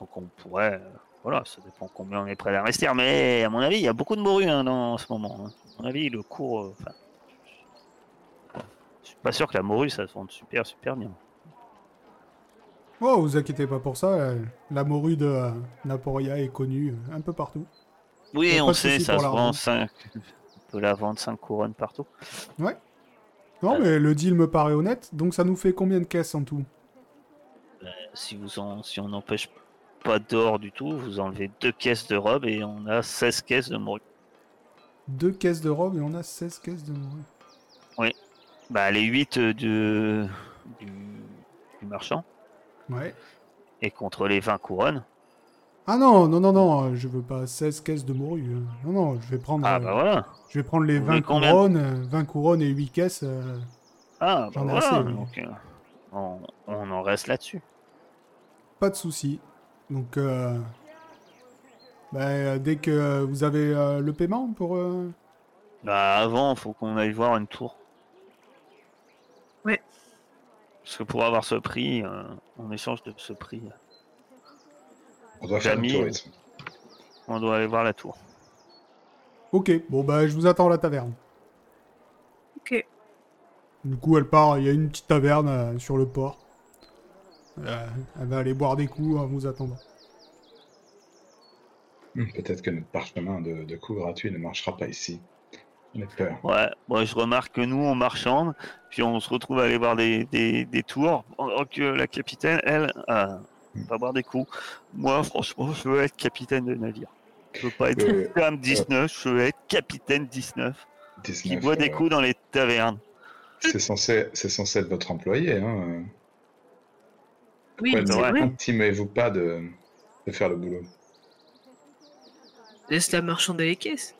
B: Donc on pourrait. euh, voilà, ça dépend combien on est prêt à investir. Mais à mon avis, il y a beaucoup de morue hein, dans, en ce moment. hein. À mon avis, le cours. euh, enfin, je suis pas sûr que la morue, ça se vende super, super bien.
A: Oh, vous inquiétez pas pour ça, euh, la morue de euh, Naporia est connue euh, un peu partout. Y
B: Oui,
A: a pas
B: on
A: de
B: sait,
A: souci
B: ça
A: pour
B: se
A: la
B: vend
A: revendre.
B: 5. On peut la vendre 5 couronnes partout.
A: Non,
B: Ouais.
A: mais le deal me paraît honnête, donc ça nous fait combien de caisses en tout
B: Euh, Si, vous en, si on n'empêche pas d'or du tout, vous enlevez 2 caisses de robe et on a 16 caisses de morue.
A: Deux caisses de robe et on a 16 caisses de morue.
B: Bah, les 8 du, du marchand
A: Ouais.
B: et contre les 20 couronnes.
A: Ah non, non, non, non, euh, je veux pas 16 caisses de morue. euh. Non, non, je vais prendre,
B: Ah
A: euh,
B: bah voilà.
A: je vais prendre les
B: Vous
A: 20
B: voulez combien
A: couronnes, euh, 20 couronnes et 8 caisses. euh,
B: Ah bah
A: J'en ai
B: voilà.
A: assez, oui.
B: Donc, euh, on, on en reste là-dessus.
A: Pas de souci. Donc, euh, bah, euh, dès que euh, vous avez euh, le paiement pour. euh,
B: Bah avant, faut qu'on aille voir une tour.
D: Ouais.
B: Parce que pour avoir ce prix, euh, on échange de ce prix.
C: On doit faire le
B: Camille.
C: tourisme.
B: On doit aller voir la tour.
A: Ok, bon, bah, je vous attends à la taverne.
D: Ok.
A: Du coup, elle part. Il y a une petite taverne euh, sur le port. Euh, elle va aller boire des coups en vous attendant.
C: Hmm, Peut-être que notre parchemin de, de coups gratuits ne marchera pas ici. On a peur.
B: Ouais, moi je remarque que nous on marchande, puis on se retrouve à aller voir des, des, des tours, pendant que la capitaine, elle, euh,
C: Hmm.
B: va boire des coups. Moi franchement, je veux être capitaine de navire. Je veux pas être
C: Euh,
B: femme 19, je veux être capitaine 19, qui
C: 19,
B: boit des
C: euh,
B: coups dans les tavernes.
C: C'est censé, c'est censé être votre employé. Hein.
D: Oui,
C: Ouais,
D: c'est
B: ouais.
D: vrai.
C: Intimez-vous pas de, de faire le boulot.
D: Laisse la marchande à les caisses.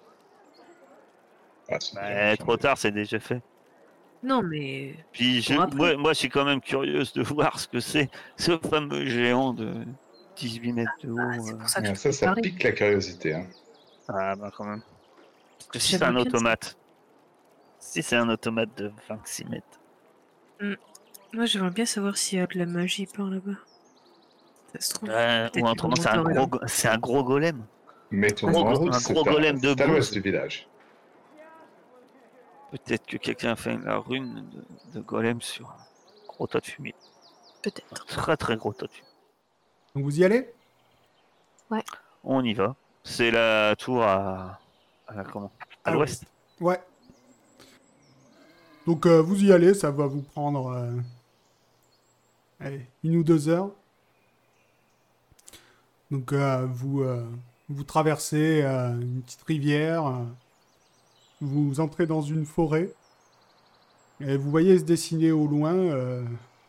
C: Ah, c'est
B: Ouais,
C: bien,
B: Eh, trop tard, c'est déjà fait.
D: Non, mais
B: Puis je-
D: Pour après.
B: moi, moi je suis quand même curieuse de voir ce que c'est, ce fameux géant de 18 mètres de haut.
D: c'est
B: euh.
D: pour ça que
C: Ah,
D: je
C: ça,
D: voulais
C: ça
D: parler.
C: pique la curiosité. hein.
B: Ah bah quand même. Parce que si c'est
D: J'aimerais
B: un
D: bien ça.
B: automate, si c'est un automate de 26 mètres,
D: Moi, j'aimerais bien savoir s'il y a de la magie par là-bas. Ça se trouve.
B: Ouais,
D: Peut-être
B: ou autrement
D: qu'on
B: c'est un,
D: monterait là.
B: gros, go- c'est un gros golem.
C: Mettons-nous
B: Un
C: en
B: gros-
C: route.
B: un
C: c'est
B: gros
C: à-
B: golem de
C: c'est à l'ouest
B: bronze.
C: du village.
B: Peut-être que quelqu'un a fait la rune de, de golem sur un gros tas de fumier.
D: Peut-être.
B: Un très très gros tas de fumier.
A: Donc, vous y allez
B: On y va. C'est la tour à, à comment À
A: À
B: l'ouest.
A: Ouais. Donc euh, vous y allez, ça va vous prendre euh, allez, une ou deux heures. Donc euh, vous, euh, vous traversez euh, une petite rivière, euh, vous entrez dans une forêt, et vous voyez se dessiner au loin euh,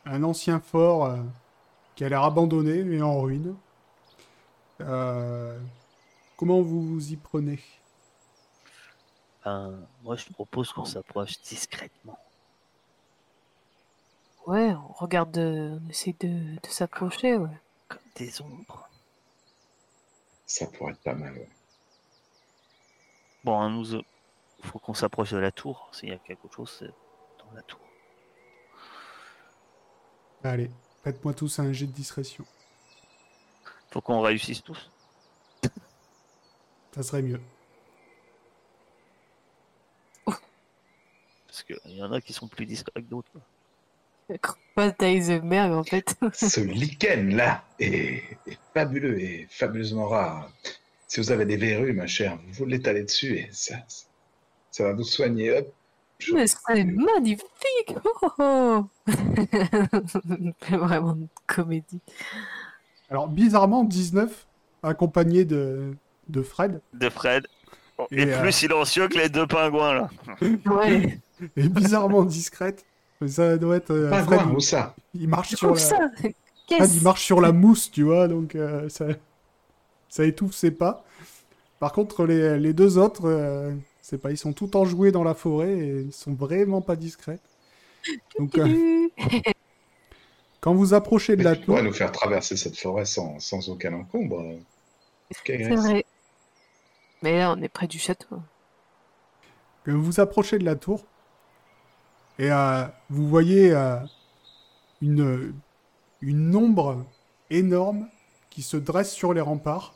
A: un ancien fort euh, qui a l'air abandonné et en ruine. Euh, comment vous vous y prenez
B: Ben, moi je propose qu'on s'approche discrètement.
E: Ouais, on regarde, de- on essaie de, de s'approcher, ouais.
B: Comme des ombres.
C: Ça pourrait être pas mal. ouais.
B: Bon, nous, euh, faut qu'on s'approche de la tour. S'il y a quelque chose c'est dans la tour.
A: Allez, faites-moi tous un jet de discrétion.
B: Faut qu'on réussisse tous.
A: Ça serait mieux.
B: Parce qu'il y en a qui sont plus discrets que d'autres. quoi.
E: Pas d'Eisenberg en fait.
C: Ce lichen là est, est fabuleux et fabuleusement rare. Si vous avez des verrues, ma chère, vous l'étalez dessus et ça, ça va vous soigner. Hop, je-
E: Mais c'est magnifique oh, oh. Vraiment une comédie.
A: Alors, bizarrement, 19, accompagné de, de Fred.
B: De Fred. Bon,
A: Et,
B: Et,
A: euh,
B: plus silencieux que les deux pingouins là.
E: Ouais,
A: Et bizarrement discrète. Mais ça doit être. euh,
C: Pas
A: Fred,
C: loin, où
A: il,
C: ça
A: il marche
E: je
A: sur
E: trouve
A: la...
E: ça.
A: Fred, il
E: Qu'est-ce
A: marche sur la mousse, tu vois, donc euh, ça, ça étouffe ses pas. Par contre, les, les deux autres, euh, c'est pas, ils sont tout enjoués dans la forêt et ils sont vraiment pas discrets. Donc, euh, quand vous approchez de
C: Mais
A: la
C: tu
A: tour,
C: pourrais nous faire traverser cette forêt sans, sans aucun encombre. Quelle
E: C'est
C: graisse.
E: vrai. Mais là, on est près du château.
A: que vous approchez de la tour et euh, vous voyez euh, une, une ombre énorme qui se dresse sur les remparts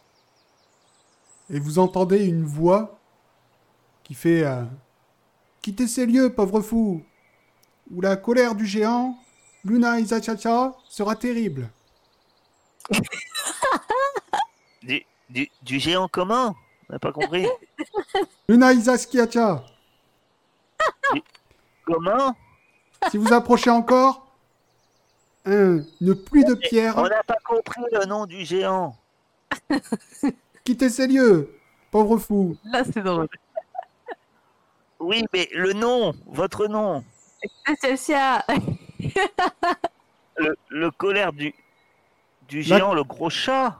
A: et vous entendez une voix qui fait euh, Quittez ces lieux, pauvre fou Ou la colère du géant, Luna Izachacha, sera terrible.
B: Du, du, du géant commun On n'a pas compris.
A: Luna Izaskiacha,
B: Comment
A: si vous approchez encore, un- une pluie de
B: On
A: pierres,
B: n'a pas compris le nom du géant.
A: quittez ces lieux, pauvre fou
E: Là, c'est drôle.
B: Oui, mais le nom, votre nom.
E: C'est ça.
B: Le, le colère du, du
A: La-
B: géant, le gros chat.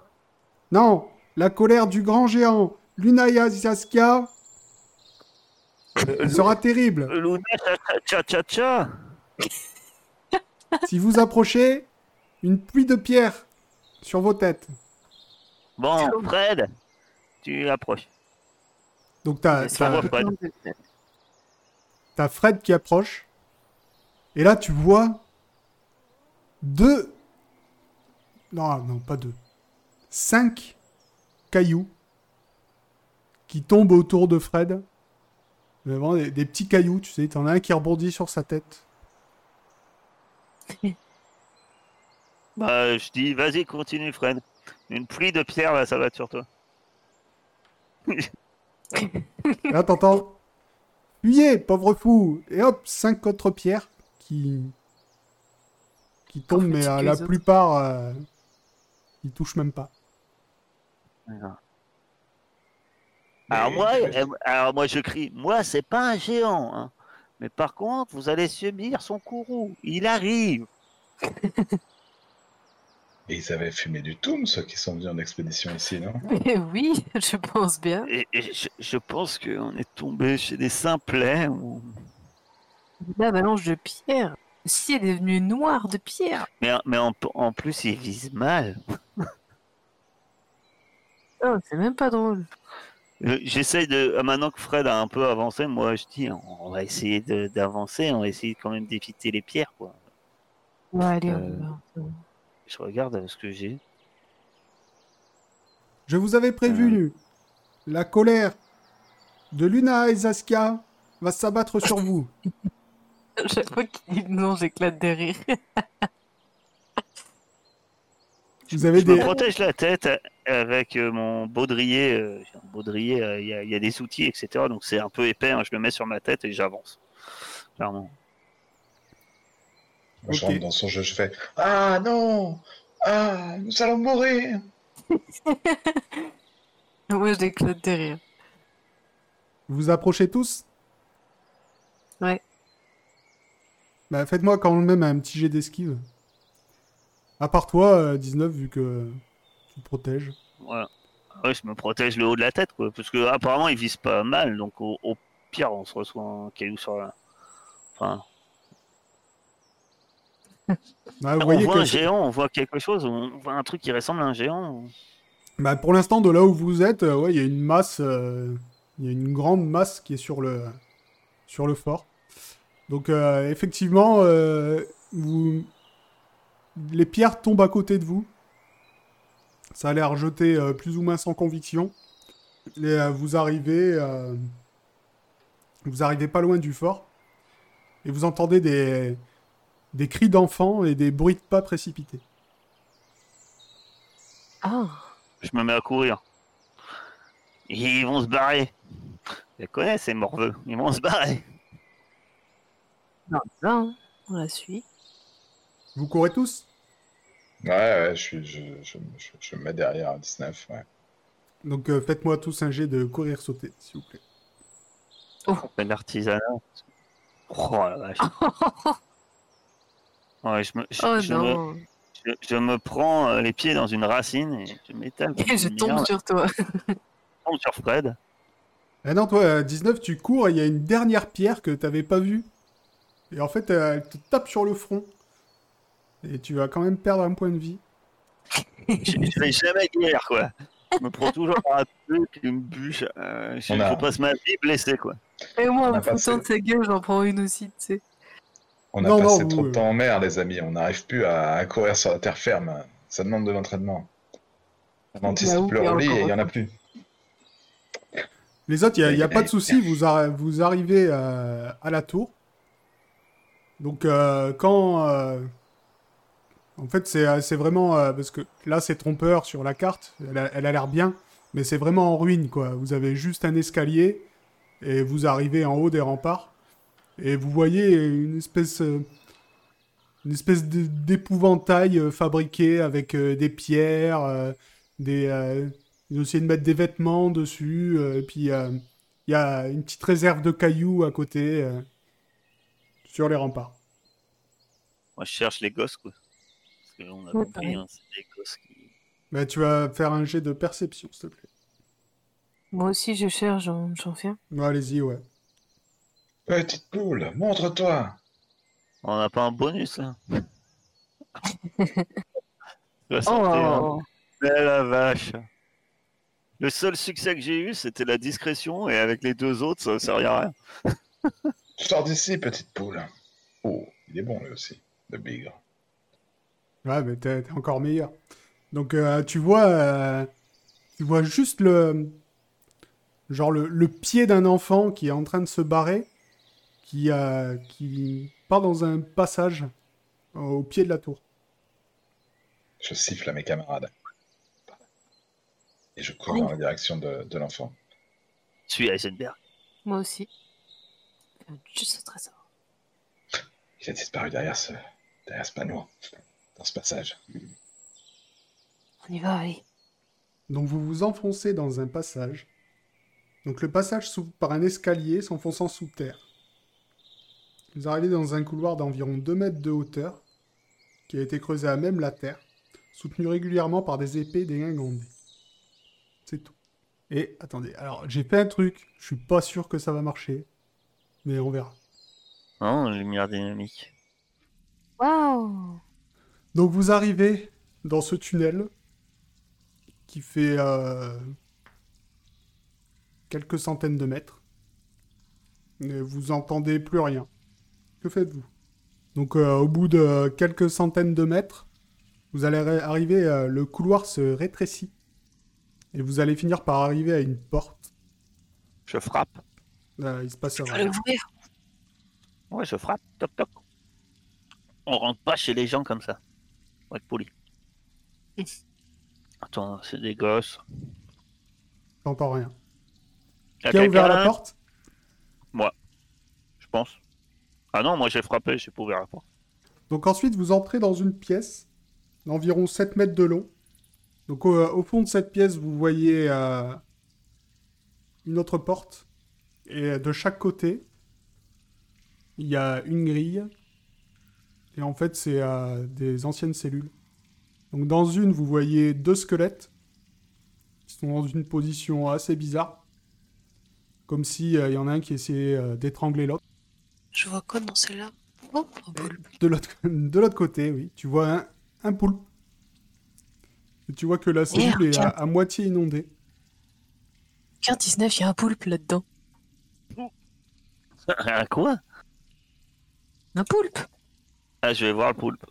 A: Non, la colère du grand géant, Lunaya Saskia, sera terrible.
B: Luna cha cha cha cha.
A: Si vous approchez, une pluie de pierres sur vos têtes.
B: Bon, Fred, tu approches.
A: Donc t'as
B: Ça
A: t'as-
B: va, Fred.
A: t'as Fred qui approche. Et là, tu vois deux... Non, non, pas deux. Cinq cailloux qui tombent autour de Fred. Vraiment des, des petits cailloux, tu sais. T'en as un qui rebondit sur sa tête.
B: Bah, je dis, vas-y, continue, Fred. Une pluie de pierres, là, ça va être sur toi.
A: Et là, t'entends Fuyez, pauvre fou Et hop, cinq autres pierres qui, qui tombent, mais euh,
E: Encore plus que
A: la
E: les autres.
A: plupart, euh, ils touchent même pas.
B: Alors
C: Mais-
B: moi, euh, alors moi je crie, moi c'est pas un géant, hein. mais par contre vous allez subir son courroux. Il arrive.
C: Et ils avaient fumé du toum, ceux qui sont venus en expédition ici, non
E: Mais oui, je pense bien.
B: Et, et je, je pense qu'on est tombé chez des simplets. ou-
E: Une avalanche de pierre. Le ciel est devenu noir de pierre.
B: Mais, mais en, en plus il vise mal.
E: Oh, c'est même pas drôle.
B: Euh, J'essaye de euh, maintenant que Fred a un peu avancé, moi je dis on va essayer de- d'avancer, on va essayer quand même d'éviter les pierres quoi.
E: Ouais, allez, on
B: Euh.
E: y va.
B: Je regarde euh, ce que j'ai.
A: Je vous avais
B: Euh.
A: prévenu, la colère de Luna et Saskia va s'abattre sur vous.
E: Chaque fois qu'il dit non, j'éclate de rire.
A: Vous avez
B: Je me
A: des...
B: protège la tête avec euh, mon baudrier. euh, j'ai un baudrier, euh, il y a- il y, a des outils, etc. Donc c'est un peu épais. hein, je le mets sur ma tête et j'avance. Clairement.
C: Moi, Je
A: Ok.
C: rentre dans son jeu, je fais Ah non Ah, nous allons mourir
E: Moi, j'éclate de rire.
A: Vous approchez tous
E: Ouais.
A: Bah, faites-moi quand même un petit jet d'esquive. À part toi, euh, 19, vu que tu te protèges.
B: Voilà. Ouais, je me protège le haut de la tête, quoi. Parce que apparemment ils visent pas mal. Donc au, au pire, on se reçoit un caillou sur la. Enfin,
A: Ah, vous
B: on
A: voyez
B: voit
A: que
B: un géant, on voit quelque chose, on voit un truc qui ressemble à un géant.
A: Bah, pour l'instant, de là où vous êtes, euh, ouais, il y a une masse, euh, il y a une grande masse qui est sur le, sur le fort. Donc, euh, effectivement, euh, vous... les pierres tombent à côté de vous. Ça a l'air jeté euh, plus ou moins sans conviction. Et, euh, vous arrivez, euh, vous arrivez pas loin du fort. Et vous entendez des, des cris d'enfants et des bruits de pas précipités.
E: Ah,
B: Je me mets à courir. Ils vont se barrer. Je les connais ces morveux. Ils vont se barrer.
E: non, non, hein. on la suit.
A: Vous courez tous
C: Ouais, ouais, je, suis, je, je, je, je me mets derrière à 19, ouais.
A: Donc euh, faites-moi tous un jet de courir-sauter, s'il vous plaît.
B: On fait de l'artisanat. Oh la vache. Ouais, je, me, je,
E: Oh
B: je me,
E: non,
B: je, je me prends euh, les pieds dans une racine et je m'étale. comme
E: Et je
B: une
E: tombe
B: merde.
E: sur toi.
B: Je tombe sur Fred.
A: Ah non, toi, à 19, tu cours et il y a une dernière pierre que t'avais pas vue. Et en fait, euh, elle te tape sur le front. Et tu vas quand même perdre un point de vie.
B: Je, je vais jamais guérir quoi. Je me prends toujours par la truc, une bûche. euh, je,
C: On a-
B: je passe ma vie blessée quoi.
E: Et moi,
C: On
E: en
C: a
E: me
C: passé.
E: foutant de sa gueule, j'en prends une aussi, tu sais.
C: On a
A: Non,
C: passé
A: non,
C: trop
A: vous-
C: de temps en mer, les amis. On n'arrive plus à, à courir sur la terre ferme. Ça demande de l'entraînement. On
E: Là Bah où
C: anticipe
E: il y
C: le
E: a
C: roulis
E: encore
C: et il n'y en a plus.
A: Les autres, il n'y a, pas de souci, vous, arri- vous arrivez euh, à la tour. Donc, euh, quand. euh, en fait, c'est euh, c'est vraiment. euh, parce que là, c'est trompeur sur la carte, elle a- elle a l'air bien, mais c'est vraiment en ruine, quoi. Vous avez juste un escalier, et vous arrivez en haut des remparts, et vous voyez une espèce. euh, une espèce de- d'épouvantail euh, fabriqué avec euh, des pierres, euh, des. euh, ils ont essayé de mettre des vêtements dessus. euh, et puis, euh, il y a une petite réserve de cailloux à côté, euh, sur les remparts.
B: Moi je cherche les gosses quoi. Parce que on a
E: Ouais,
B: compris,
E: pareil.
B: hein, c'est des gosses qui.
A: Bah, tu vas faire un jet de perception, s'il te plaît.
E: Moi aussi, je cherche, j'en j'en fais un.
A: Ouais, Allez-y, ouais.
C: Petite poule, montre-toi.
B: On n'a pas un bonus hein. là. oh.
E: Oh,
B: la vache. Le seul succès que j'ai eu, c'était la discrétion, et avec les deux autres, ça ne sert à rien.
C: Sors d'ici, petite poule. Oh, il est bon lui aussi, le bigre.
A: Ouais, mais t'es t'es encore meilleur. Donc, euh, tu vois. euh, tu vois juste le. Genre le, le pied d'un enfant qui est en train de se barrer, qui, euh, qui part dans un passage au pied de la tour.
C: Je siffle à mes camarades. Et je cours dans la direction de, de l'enfant.
B: Je suis Heisenberg.
E: moi aussi. Juste ce trésor.
C: Il a disparu derrière ce, derrière ce panneau, dans ce passage.
E: On y va, allez.
A: Donc vous vous enfoncez dans un passage. Donc le passage s'ouvre par un escalier s'enfonçant sous terre. Vous arrivez dans un couloir d'environ 2 mètres de hauteur, qui a été creusé à même la terre, soutenu régulièrement par des épées dégingandées. C'est tout. Et attendez, alors j'ai fait un truc, je suis pas sûr que ça va marcher, mais on verra.
B: Non, hein, lumière dynamique.
E: Waouh
A: Donc vous arrivez dans ce tunnel qui fait euh, quelques centaines de mètres. Et vous entendez plus rien. Que faites-vous Donc euh, au bout de quelques centaines de mètres, vous allez arri- arriver, euh, le couloir se rétrécit. Et vous allez finir par arriver à une porte.
B: Je frappe.
A: Euh, il se passe
E: Je vais
A: rien.
E: l'ouvrir.
B: Ouais, je frappe. Toc, toc. On rentre pas chez les gens comme ça. Faut être poli. Attends, c'est des gosses.
A: J'entends rien.
B: Y a
A: Qui a ouvert la
B: quelqu'un
A: porte
B: Je pense. Ah non, moi j'ai frappé, j'ai pas ouvert la porte.
A: Donc ensuite, vous entrez dans une pièce d'environ 7 mètres de long. Donc au, euh, au fond de cette pièce, vous voyez euh, une autre porte. Et euh, de chaque côté, il y a une grille. Et en fait, c'est euh, des anciennes cellules. Donc dans une, vous voyez deux squelettes qui sont dans une position assez bizarre. Comme si euh, il y en a un qui essayait euh, d'étrangler l'autre.
D: Je vois quoi dans celle-là Oh, un
E: Euh,
D: poulpe.
A: De l'autre, de l'autre côté, oui, tu vois un, un poulpe. Et tu vois que la cellule est à, à moitié inondée.
E: 15, 19, il y a un poulpe là-dedans.
B: Ah, quoi
E: Un poulpe
B: Ah, je vais voir le poulpe.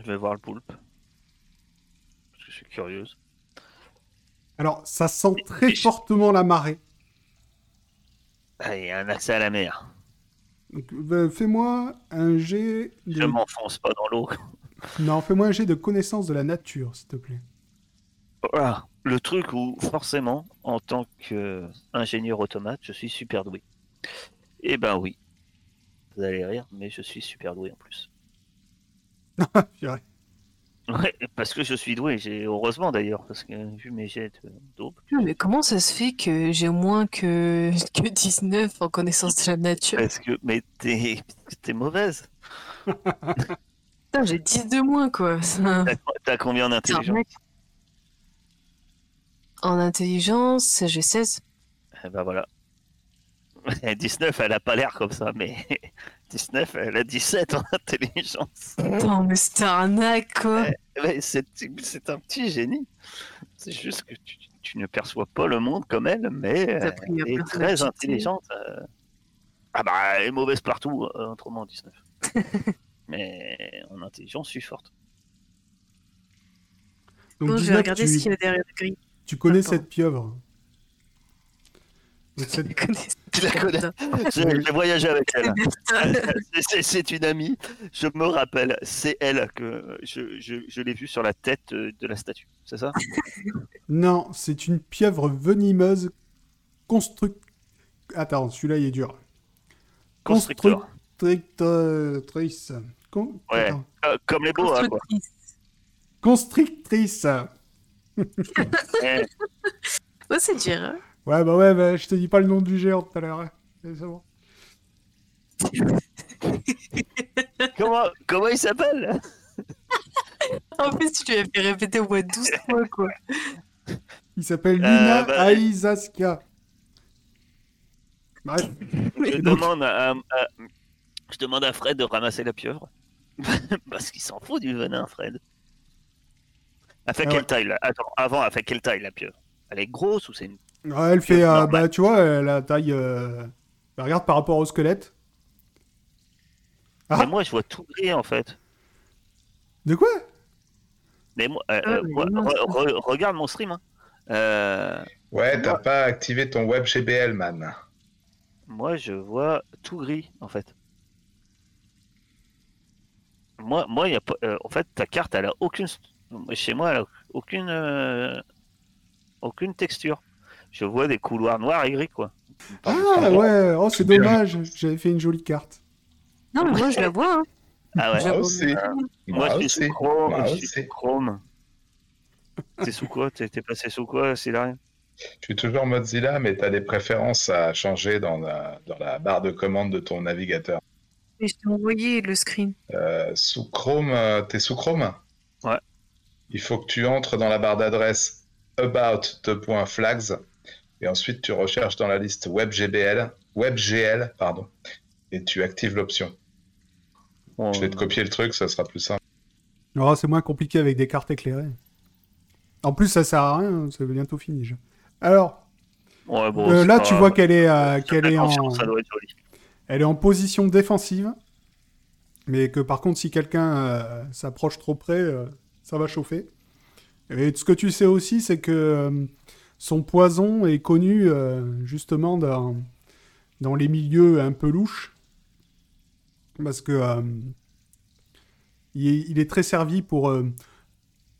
B: Je vais voir le poulpe. Parce que je suis curieuse.
A: Alors, ça sent très fortement la marée.
B: Ah, il y a un accès à la mer.
A: Donc, ben, fais-moi un jet.
B: Je
A: De...
B: m'enfonce pas dans l'eau.
A: Non, fais-moi un jet de connaissance de la nature, s'il te plaît.
B: Voilà. Le truc où, forcément, en tant qu'ingénieur automate, je suis super doué. Eh ben oui. Vous allez rire, mais je suis super doué en plus.
A: Purée.
B: Ouais, parce que je suis doué. J'ai heureusement d'ailleurs, parce que vu mes jets de- d'aube,
E: Non, mais comment ça se fait que j'ai moins que, que 19 en connaissance de la nature
B: parce que mais t'es t'es mauvaise.
E: Putain, j'ai 10 de moins, quoi.
B: T'as- T'as combien d'intelligence
E: En intelligence, j'ai 16.
B: Eh ben voilà. 19, elle a pas l'air comme ça, mais 19, elle a 17 en intelligence.
E: Putain, mais c'est un arnaque, quoi.
B: Ouais, Eh ben, c'est c'est un petit génie. C'est juste que tu, tu ne perçois pas le monde comme elle, mais
D: T'as
B: euh,
D: pris la
B: elle est
D: place de la
B: très
D: petite.
B: intelligente. euh. Ah bah, elle est mauvaise partout, euh, autrement 19. mais en intelligence, je suis forte.
A: Donc,
D: Bon, je
A: 19,
D: vais regarder
A: tu,
D: ce qu'il y a derrière le gris.
A: tu connais
D: Attends.
A: cette pieuvre. Donc, cette-
B: Tu la connais J'ai j'ai voyagé avec elle. C'est- c'est- C'est une amie. Je me rappelle, c'est elle que je, je, je l'ai vue sur la tête euh, de la statue. C'est ça
A: Non, c'est une pieuvre venimeuse construct... Attends, celui-là, il est dur.
B: Constructeur.
A: Constrictrice. Con-
B: Ouais.
A: attends.
B: Euh, comme les boas, quoi.
A: Constrictrice.
B: Eh,
D: Moi, c'est dur. hein.
A: Ouais, bah ouais, bah, je te dis pas le nom du géant tout à l'heure. hein. C'est bon.
B: comment, comment il s'appelle
E: En plus, tu lui as fait répéter au moins 12 fois, quoi.
A: Il s'appelle Lina
B: bah,
A: Aizaska. Bref,
B: Je
A: Et donc-
B: demande à, à- je demande à Fred de ramasser la pieuvre. Parce qu'il s'en fout du venin, Fred. Elle fait
A: Ah
B: quelle
A: ouais.
B: taille là Attends, avant, elle fait quelle taille la pieuvre Elle est grosse ou c'est une.
A: ouais, elle fait, euh,
B: normal.
A: bah tu vois, euh, la taille. euh, bah, regarde par rapport au squelette. Ah.
B: Mais moi, je vois tout gris en fait.
A: De quoi
B: Mais moi, euh,
D: Ah,
B: euh,
D: mais
B: moi,
D: non,
B: re- re- regarde mon stream. hein. Euh,
C: Ouais, t'as pas activé ton web GBL, man.
B: moi, je vois tout gris en fait. Moi, moi, y a pas, euh, en fait, ta carte, elle a aucune. Chez moi, elle a aucune. euh, aucune texture. Je vois des couloirs noirs et gris, quoi.
A: Ah ouais, oh c'est
C: Bien.
A: dommage, j'avais fait une jolie carte.
D: Non, mais moi, je la vois. hein.
B: Ah ouais.
C: Moi aussi.
B: Moi, je suis sous Chrome. je
C: Moi
B: suis
C: Bah aussi.
B: sous Chrome. T'es sous quoi T'es t'es passé sous quoi, c'est rien.
C: Je suis toujours Mozilla, mais t'as des préférences à changer dans la, dans la barre de commande de ton navigateur.
D: Mais je t'ai envoyé le screen.
C: Euh, sous Chrome, euh, t'es sous Chrome
B: Ouais.
C: Il faut que tu entres dans la barre d'adresse about deux points flags et ensuite tu recherches dans la liste WebGBL, WebGL, pardon, et tu actives l'option.
B: Bon,
C: Je vais
A: Euh.
C: te copier le truc, ça sera plus simple.
A: Oh, c'est moins compliqué avec des cartes éclairées. En plus, ça sert à rien, c'est bientôt fini. déjà. Alors,
B: ouais, Ah bon,
A: euh,
B: c'est
A: là,
B: pas
A: tu
B: grave.
A: vois qu'elle est, euh,
B: Je te
A: qu'elle
B: fais
A: est en...
B: confiance, Ça doit être joli.
A: Elle est en position défensive, mais que par contre, si quelqu'un euh, s'approche trop près, euh, ça va chauffer. Et ce que tu sais aussi, c'est que euh, son poison est connu euh, justement dans, dans les milieux un peu louches, parce que euh, il, est, il est très servi pour, euh,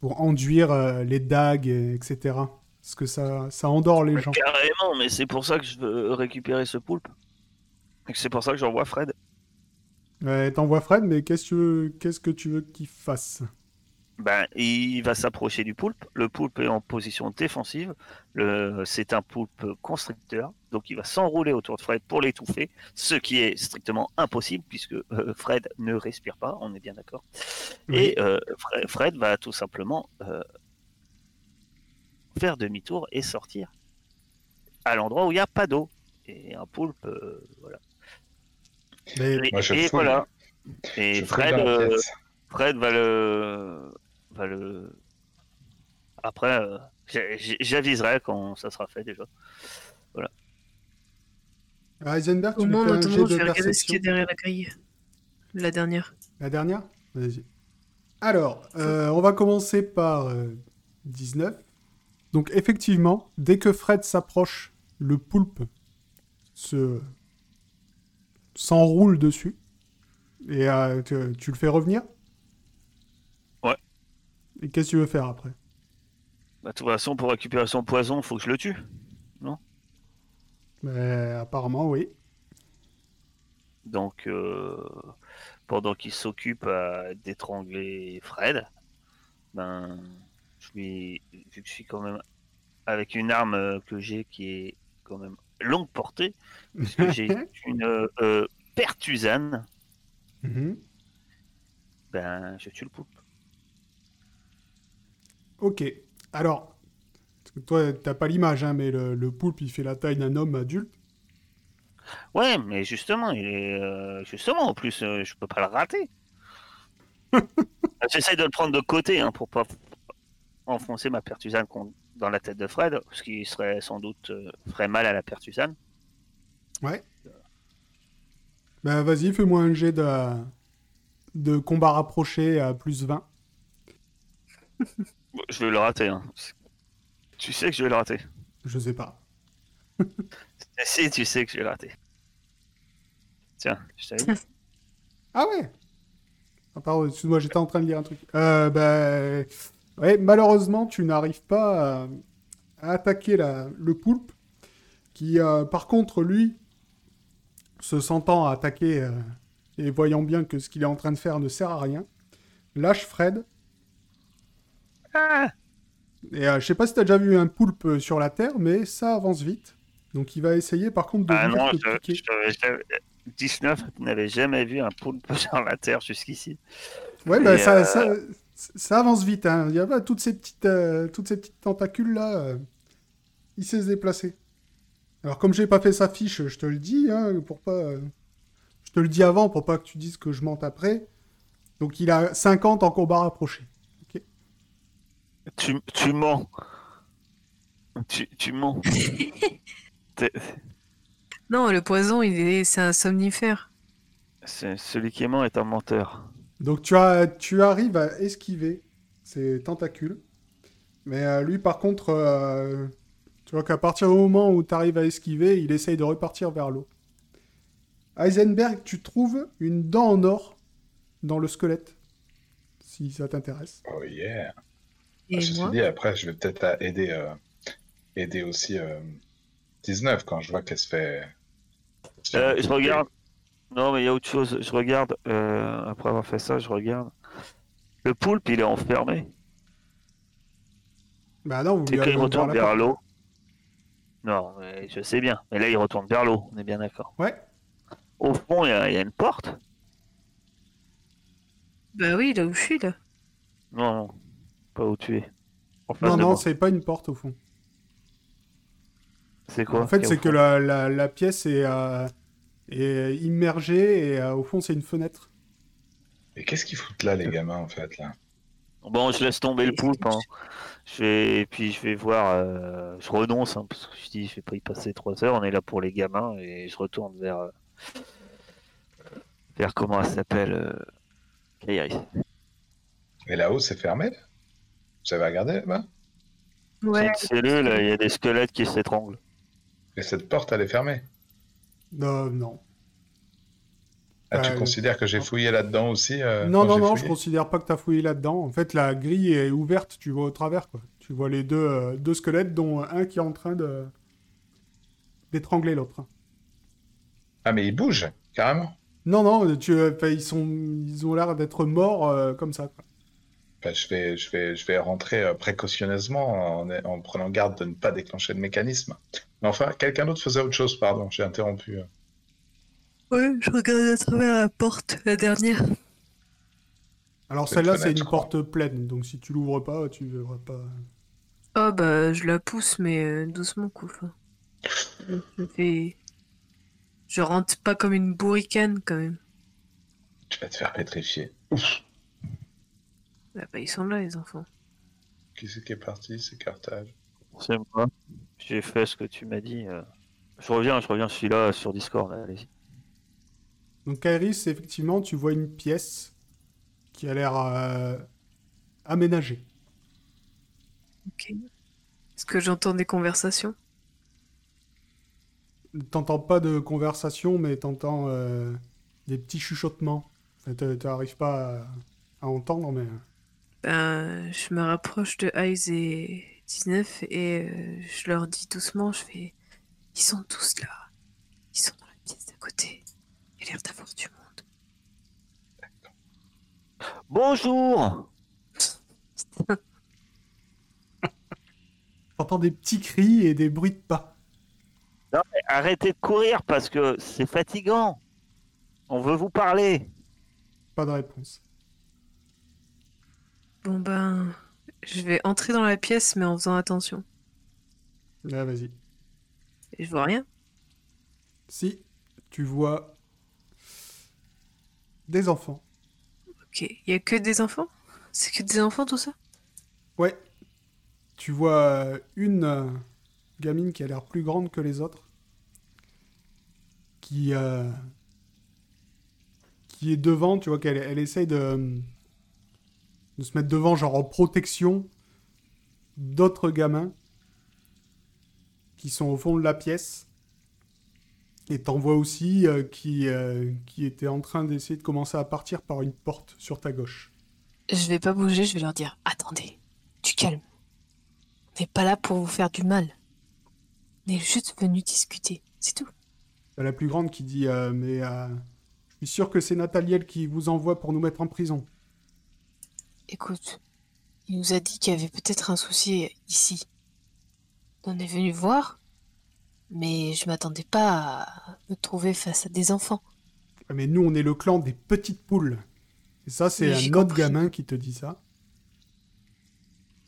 A: pour enduire euh, les dagues, et- etc. Parce que ça, ça endort les
B: Mais
A: gens.
B: Carrément, mais c'est pour ça que je veux récupérer ce poulpe. Et que C'est pour ça que j'envoie Fred.
A: Ouais, T'envoies Fred, mais qu'est-ce que tu veux- qu'est-ce que tu veux qu'il fasse
B: Ben, il va s'approcher du poulpe. Le poulpe est en position défensive. Le... C'est un poulpe constricteur. Donc, il va s'enrouler autour de Fred pour l'étouffer. Ce qui est strictement impossible puisque euh, Fred ne respire pas. On est bien d'accord.
A: Oui.
B: Et euh, Fre- Fred va tout simplement euh, faire demi-tour et sortir à l'endroit où il n'y a pas d'eau. Et un poulpe, euh, voilà.
A: Mais-
B: Et,
C: Moi, je
B: et
C: fouille.
B: voilà. Et
C: Je fouille
B: Fred,
C: dans la
B: euh,
C: pièce.
B: Fred va le. Va le... Après, euh, j'a- j'a- j'aviserai quand ça sera fait déjà.
A: Ah, Heisenberg,
D: Au
A: tu me
D: moins, en
A: fais un jet
D: attendant, je
A: de
D: vais regarder ce
A: perception.
D: qu'il y a derrière la grille. La dernière.
A: La dernière Vas-y. Alors, euh, on va commencer par euh, 19. Donc, effectivement, dès que Fred s'approche, le poulpe se, s'enroule dessus. Et euh, tu, tu le fais revenir
B: Ouais.
A: Et qu'est-ce que tu veux faire après
B: Bah, de toute façon, pour récupérer son poison, faut que je le tue.
A: Mais Ben, Apparemment, oui.
B: Donc, euh, pendant qu'il s'occupe à- d'étrangler Fred, ben, je lui, vu que je suis quand même avec une arme euh, que j'ai qui est quand même longue portée, puisque j'ai une euh, euh, pertusane,
A: Mhm.
B: ben, je tue le poupe.
A: Ok. Alors, parce que toi, t'as pas l'image, hein, mais le, le poulpe, il fait la taille d'un homme adulte.
B: Ouais, mais justement, il est, euh, justement, en plus, euh, je peux pas le rater. J'essaie de le prendre de côté hein, pour pas enfoncer ma pertusane con- dans la tête de Fred, ce qui serait sans doute euh, ferait mal à la pertusane.
A: Bah, vas-y, fais-moi un jet de, de combat rapproché à plus 20.
B: Bon, Je vais le rater. hein. Tu sais que je vais le rater.
A: Je sais pas.
B: Eh Si, tu sais que je vais le rater. Tiens, je t'avais dit.
A: Ah ouais Ah, Pardon, excuse-moi, j'étais en train de lire un truc. Euh, bah... ouais, malheureusement, tu n'arrives pas à, à attaquer la- le poulpe, qui, euh, par contre, lui, se sentant attaqué euh, et voyant bien que ce qu'il est en train de faire ne sert à rien, lâche Fred.
B: Ah
A: Et euh, je sais pas si t'as déjà vu un poulpe euh, sur la terre, mais ça avance vite. Donc il va essayer, par contre, de
B: Ah
A: venir
B: non,
A: te
B: je,
A: piquer.
B: je t'avais jamais- 19 n'avait jamais vu un poulpe sur la Terre jusqu'ici.
A: Ouais, bah,
B: Et,
A: ça,
B: euh,
A: ça, ça avance vite. hein. Il y a pas toutes ces petites, euh, toutes ces petites tentacules là. euh, il sait se déplacer. Alors comme j'ai pas fait sa fiche, je te le dis, hein, pour pas. euh, je te le dis avant pour pas que tu dises que je mente après. Donc il a 50 en combat rapproché.
B: Tu, tu mens. Tu, tu mens. T'es-
D: Non, le poison, il est, c'est un somnifère.
B: c'est- celui qui est mort est un menteur.
A: Donc tu, as, tu arrives à esquiver ces tentacules. Mais euh, lui par contre, euh, tu vois qu'à partir du moment où tu arrives à esquiver, il essaye de repartir vers l'eau. Heisenberg, tu trouves une dent en or dans le squelette. Si ça t'intéresse.
C: Oh yeah.
D: Et
C: je
D: moi,
C: dit, après, je vais peut-être à- aider, euh, aider aussi euh, 19 quand je vois qu'elle se fait. qu'elle se fait
B: Euh, je
C: couper.
B: regarde. Non, mais il y a autre chose. Je regarde. euh, après avoir fait ça, je regarde. Le poulpe, il est enfermé.
A: Bah non, vous
B: C'est
A: lui
B: quand
A: avez
B: il
A: ouvert
B: retourne
A: la
B: vers
A: porte.
B: l'eau. Non, mais je sais bien. Mais là, il retourne vers l'eau. On est bien d'accord.
A: Ouais.
B: Au fond, il y, a- il y a une porte.
D: bah oui, là où je suis là.
B: Non, non. Pas où tu es. Ah, En face
A: Non,
B: de
A: non,
B: moi.
A: c'est pas une porte au fond.
B: c'est quoi
A: en fait,
B: qui est au
A: c'est que
B: fond
A: la, la- la pièce est, euh, est immergée et euh, au fond, c'est une fenêtre.
C: Et qu'est-ce qu'ils foutent là,
B: euh,
C: les gamins, en fait là
B: Bon, je laisse tomber le poulpe. hein. Je vais... Et puis, je vais voir. euh, Je renonce. hein, parce que je dis, je vais pas y passer trois heures. On est là pour les gamins. Et je retourne vers. euh, Vers comment elle s'appelle euh, Kairi.
C: Et là-haut, c'est fermé là Vous avez regardé là-bas
B: C'est
D: Ouais.
B: une cellule. Il y a des squelettes qui s'étranglent.
C: Et cette porte, elle est fermée.
A: Non, Euh, non.
C: Ah, tu
A: Euh,
C: considères que j'ai fouillé là-dedans aussi euh,
A: Non,
C: quand
A: non,
C: j'ai
A: non,
C: fouillé
A: je considère pas que t'as fouillé là-dedans. En fait, la grille est ouverte, tu vois au travers, quoi. Tu vois les deux, euh, deux squelettes, dont un qui est en train de d'étrangler l'autre. hein.
C: Ah, mais ils bougent, carrément.
A: Non, non, tu, euh, 'fin, ils, sont, ils ont l'air d'être morts euh, comme ça, quoi.
C: Enfin, je, vais, je, vais, je vais rentrer euh, précautionneusement en, en prenant garde de ne pas déclencher le mécanisme. Mais enfin, quelqu'un d'autre faisait autre chose, pardon, j'ai interrompu. euh.
D: Ouais, je regarde à travers la porte, la dernière.
A: Alors
C: C'est
A: celle-là,
C: une
A: c'est une
C: fenêtre, quoi.
A: porte pleine, donc si tu l'ouvres pas, tu verras pas...
D: Oh bah, je la pousse, mais euh, doucement, quoi. Enfin, je fais- Je rentre pas comme une bourricane, quand même.
C: Tu vas te faire pétrifier.
D: Ah bah, ils sont là, les enfants.
C: Qui c'est qui est parti C'est Carthage.
B: C'est moi. J'ai fait ce que tu m'as dit. euh. Je reviens, je reviens, je suis là sur Discord. là, allez-y.
A: Donc Kairis, effectivement, tu vois une pièce qui a l'air euh, aménagée.
D: Ok. Est-ce que j'entends des conversations
A: T'entends pas de conversation, mais t'entends euh, des petits chuchotements. Enfin, t'a- T'arrives pas à, à entendre, mais euh,
D: Ben, je me rapproche de Eyes et 19 et euh, je leur dis doucement, je fais... Ils sont tous là. Ils sont dans la pièce d'à côté. Il y a l'air d'avoir du monde.
B: Bonjour
A: t'entends des petits cris et des bruits de pas.
B: Arrêtez de courir parce que c'est fatigant. On veut vous parler.
A: Pas de réponse.
D: Bon ben, je vais entrer dans la pièce mais en faisant attention.
A: Là, vas-y.
D: Et je vois rien.
A: Si, tu vois des enfants.
D: Ok, il y a que des enfants C'est que des enfants tout ça
A: Ouais. Tu vois euh, une euh, gamine qui a l'air plus grande que les autres. Qui, euh, qui est devant, tu vois qu'elle elle essaye de, de se mettre devant, genre en protection d'autres gamins qui sont au fond de la pièce. Et t'en vois aussi euh, qui, euh, qui était en train d'essayer de commencer à partir par une porte sur ta gauche.
E: Je vais pas bouger, je vais leur dire attendez, du calme. On n'est pas là pour vous faire du mal. On est juste venu discuter, c'est tout.
A: T'as la plus grande qui dit euh, Mais euh, je suis sûr que c'est Nathaliel qui vous envoie pour nous mettre en prison.
E: Écoute, il nous a dit qu'il y avait peut-être un souci ici. On est venu voir, mais je m'attendais pas à me trouver face à des enfants.
A: Ah, Mais nous, on est le clan des petites poules. Et ça, c'est
E: Mais
A: un
E: j'ai
A: autre
E: compris.
A: gamin qui te dit ça.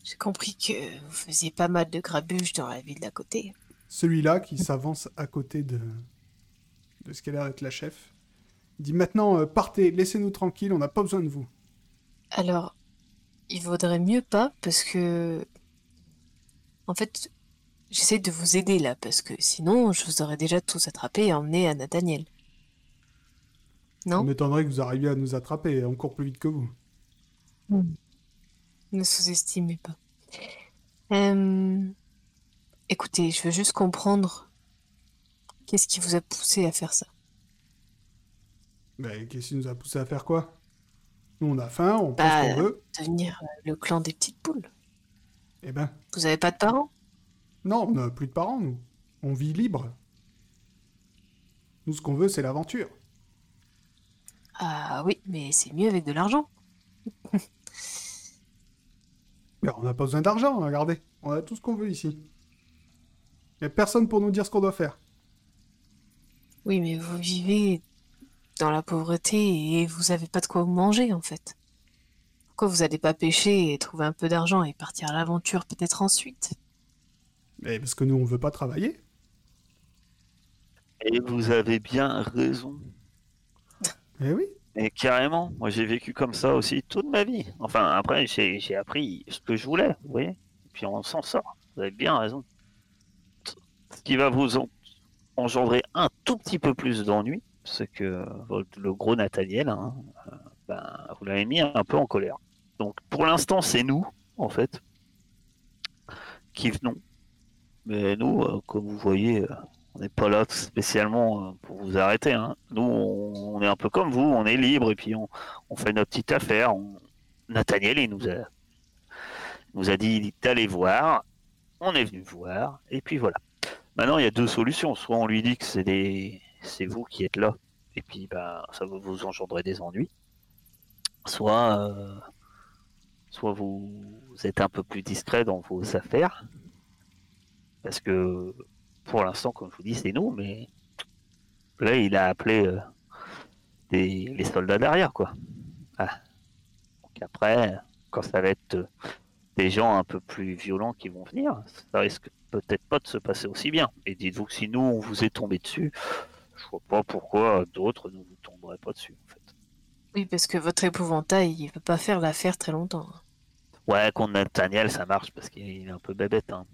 E: J'ai compris que vous faisiez pas mal de grabuge dans la ville d'à côté.
A: Celui-là qui s'avance à côté de, de ce qu'elle a être la chef. Il dit Maintenant, euh, partez, laissez-nous tranquilles, on n'a pas besoin de vous.
E: Alors, il vaudrait mieux pas parce que. En fait, j'essaie de vous aider là parce que sinon, je vous aurais déjà tous attrapés et emmenés à Nathaniel.
A: On
E: Non.
A: m'étonnerait que vous arriviez à nous attraper, on court plus vite que vous.
E: Ne sous-estimez pas. Euh, Écoutez, je veux juste comprendre qu'est-ce qui vous a poussé à faire ça.
A: Mais qu'est-ce qui nous a poussé à faire quoi Nous, on a faim, on pense
E: Bah,
A: qu'on veut.
E: Devenir euh, le clan des petites poules.
A: Eh ben,
E: Vous avez pas de parents
A: non, on n'a plus de parents, nous. On vit libre. Nous, ce qu'on veut, c'est l'aventure.
E: Ah oui, mais c'est mieux avec de l'argent.
A: Mais on n'a pas besoin d'argent, regardez. On a tout ce qu'on veut ici. Il a personne pour nous dire ce qu'on doit faire.
E: Oui, mais vous vivez dans la pauvreté et vous avez pas de quoi vous manger en fait. Pourquoi vous allez pas pêcher et trouver un peu d'argent et partir à l'aventure peut-être ensuite
A: Mais Eh, parce que nous, on veut pas travailler.
B: Et vous avez bien raison.
A: Eh oui.
B: Et carrément, moi j'ai vécu comme ça aussi toute ma vie. Enfin, après, j'ai j'ai appris ce que je voulais, vous voyez. Et puis on s'en sort. Vous avez bien raison. Ce qui va vous en- engendrer un tout petit peu plus d'ennui, c'est que votre- le gros Nathaniel, hein, euh, ben, vous l'avez mis un peu en colère. Donc pour l'instant, c'est nous, en fait, qui venons. Mais nous, euh, comme vous voyez, euh, on n'est pas là spécialement euh, pour vous arrêter. hein. Nous, on, on est un peu comme vous, on est libre et puis on, on fait notre petite affaire. On... Nathaniel, il nous a, il nous a dit d'aller voir. On est venu voir et puis voilà. Maintenant, il y a deux solutions. Soit on lui dit que c'est des... c'est vous qui êtes là et puis bah, ça va vous engendrer des ennuis. Soit, euh, soit vous... vous êtes un peu plus discret dans vos affaires. Parce que pour l'instant, comme je vous dis, c'est nous, mais là, il a appelé euh, des- les soldats derrière, quoi. Ah. Donc après, quand ça va être euh, des gens un peu plus violents qui vont venir, ça risque peut-être pas de se passer aussi bien. Et dites-vous que si nous, on vous est tombé dessus, je vois pas pourquoi d'autres ne vous tomberaient pas dessus, en fait.
E: Oui, parce que votre épouvantail, il peut pas faire l'affaire très longtemps. hein.
B: Ouais, contre Nathaniel, ça marche, parce qu'il est un peu bébête, hein.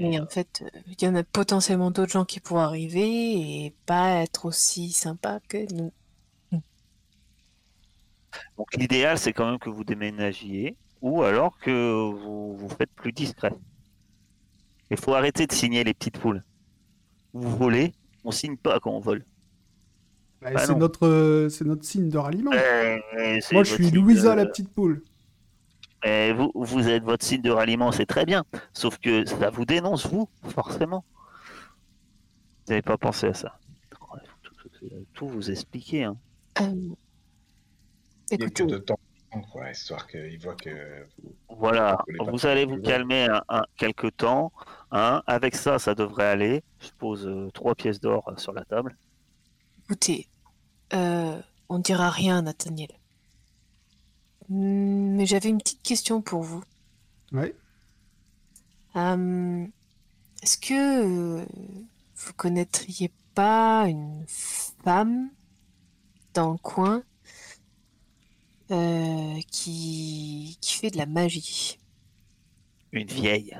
E: Mais en fait, euh, il y en a potentiellement d'autres gens qui pourraient arriver et pas être aussi sympas que nous.
B: Donc l'idéal, c'est quand même que vous déménagiez ou alors que vous vous faites plus discret. Il faut arrêter de signer les petites poules. Vous volez, on signe pas quand on vole.
A: Bah,
B: Bah
A: c'est
B: non.
A: notre, euh, c'est notre signe de ralliement.
B: Euh, c'est
A: Moi, je
B: votre
A: suis
B: signe
A: Louisa,
B: de-
A: la petite poule.
B: Mais vous, vous êtes votre signe de ralliement, c'est très bien. Sauf que ça vous dénonce, vous, forcément. Vous n'avez pas pensé à ça. Ouais, faut Tout, tout- tout vous expliquer. hein.
E: Euh,
C: Il y a que
E: Écoutez,
C: de temps en temps, quoi, histoire qu'ils voient que.
B: Voilà,
C: Je connais pas
B: vous
C: ça,
B: allez
C: je
B: vous
C: vois.
B: calmer un, un- quelque temps. hein. Avec ça, ça devrait aller. Je pose euh, trois pièces d'or euh, sur la table.
E: écoutez, euh, on ne dira rien à Nathaniel. Hmm, Mais j'avais une petite question pour vous.
A: Ouais.
E: Euh, Est-ce que euh, vous connaîtriez pas une femme dans le coin euh, qui, qui fait de la magie?
B: Une vieille.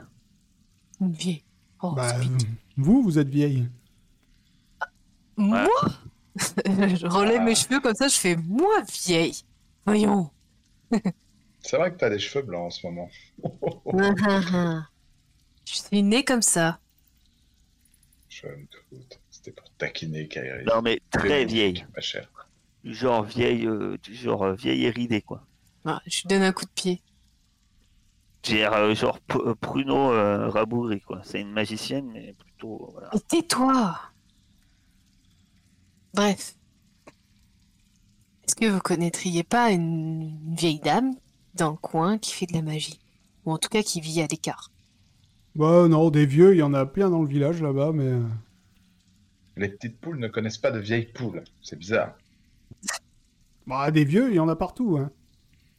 E: Une vieille. Oh,
A: Bah,
E: zut.
A: euh, vous, vous êtes vieille.
E: Moi? Je relève
C: Ah.
E: mes cheveux comme ça, je fais moi vieille. Voyons.
C: C'est vrai que t'as des cheveux blancs en ce moment.
E: Je suis née comme ça.
C: je me doute. C'était pour taquiner Kairi.
B: Non, mais très vieille.
C: Ma chère.
B: Du genre vieille, euh, du genre euh, vieille éridée, quoi.
E: Voilà, Ah, je lui donne un coup de pied.
B: Genre, euh, genre p- euh, pruneau euh, rabougri, quoi. C'est une magicienne, mais plutôt. euh, voilà.
E: Et Tais-toi. Bref. Est-ce que vous connaîtriez pas une une vieille dame dans le coin qui fait de la magie Ou en tout cas qui vit à l'écart
A: Bah non, des vieux, il y en a plein dans le village là-bas, mais euh,
C: Les petites poules ne connaissent pas de vieilles poules. C'est bizarre.
A: bah des vieux, il y en a partout. Hein.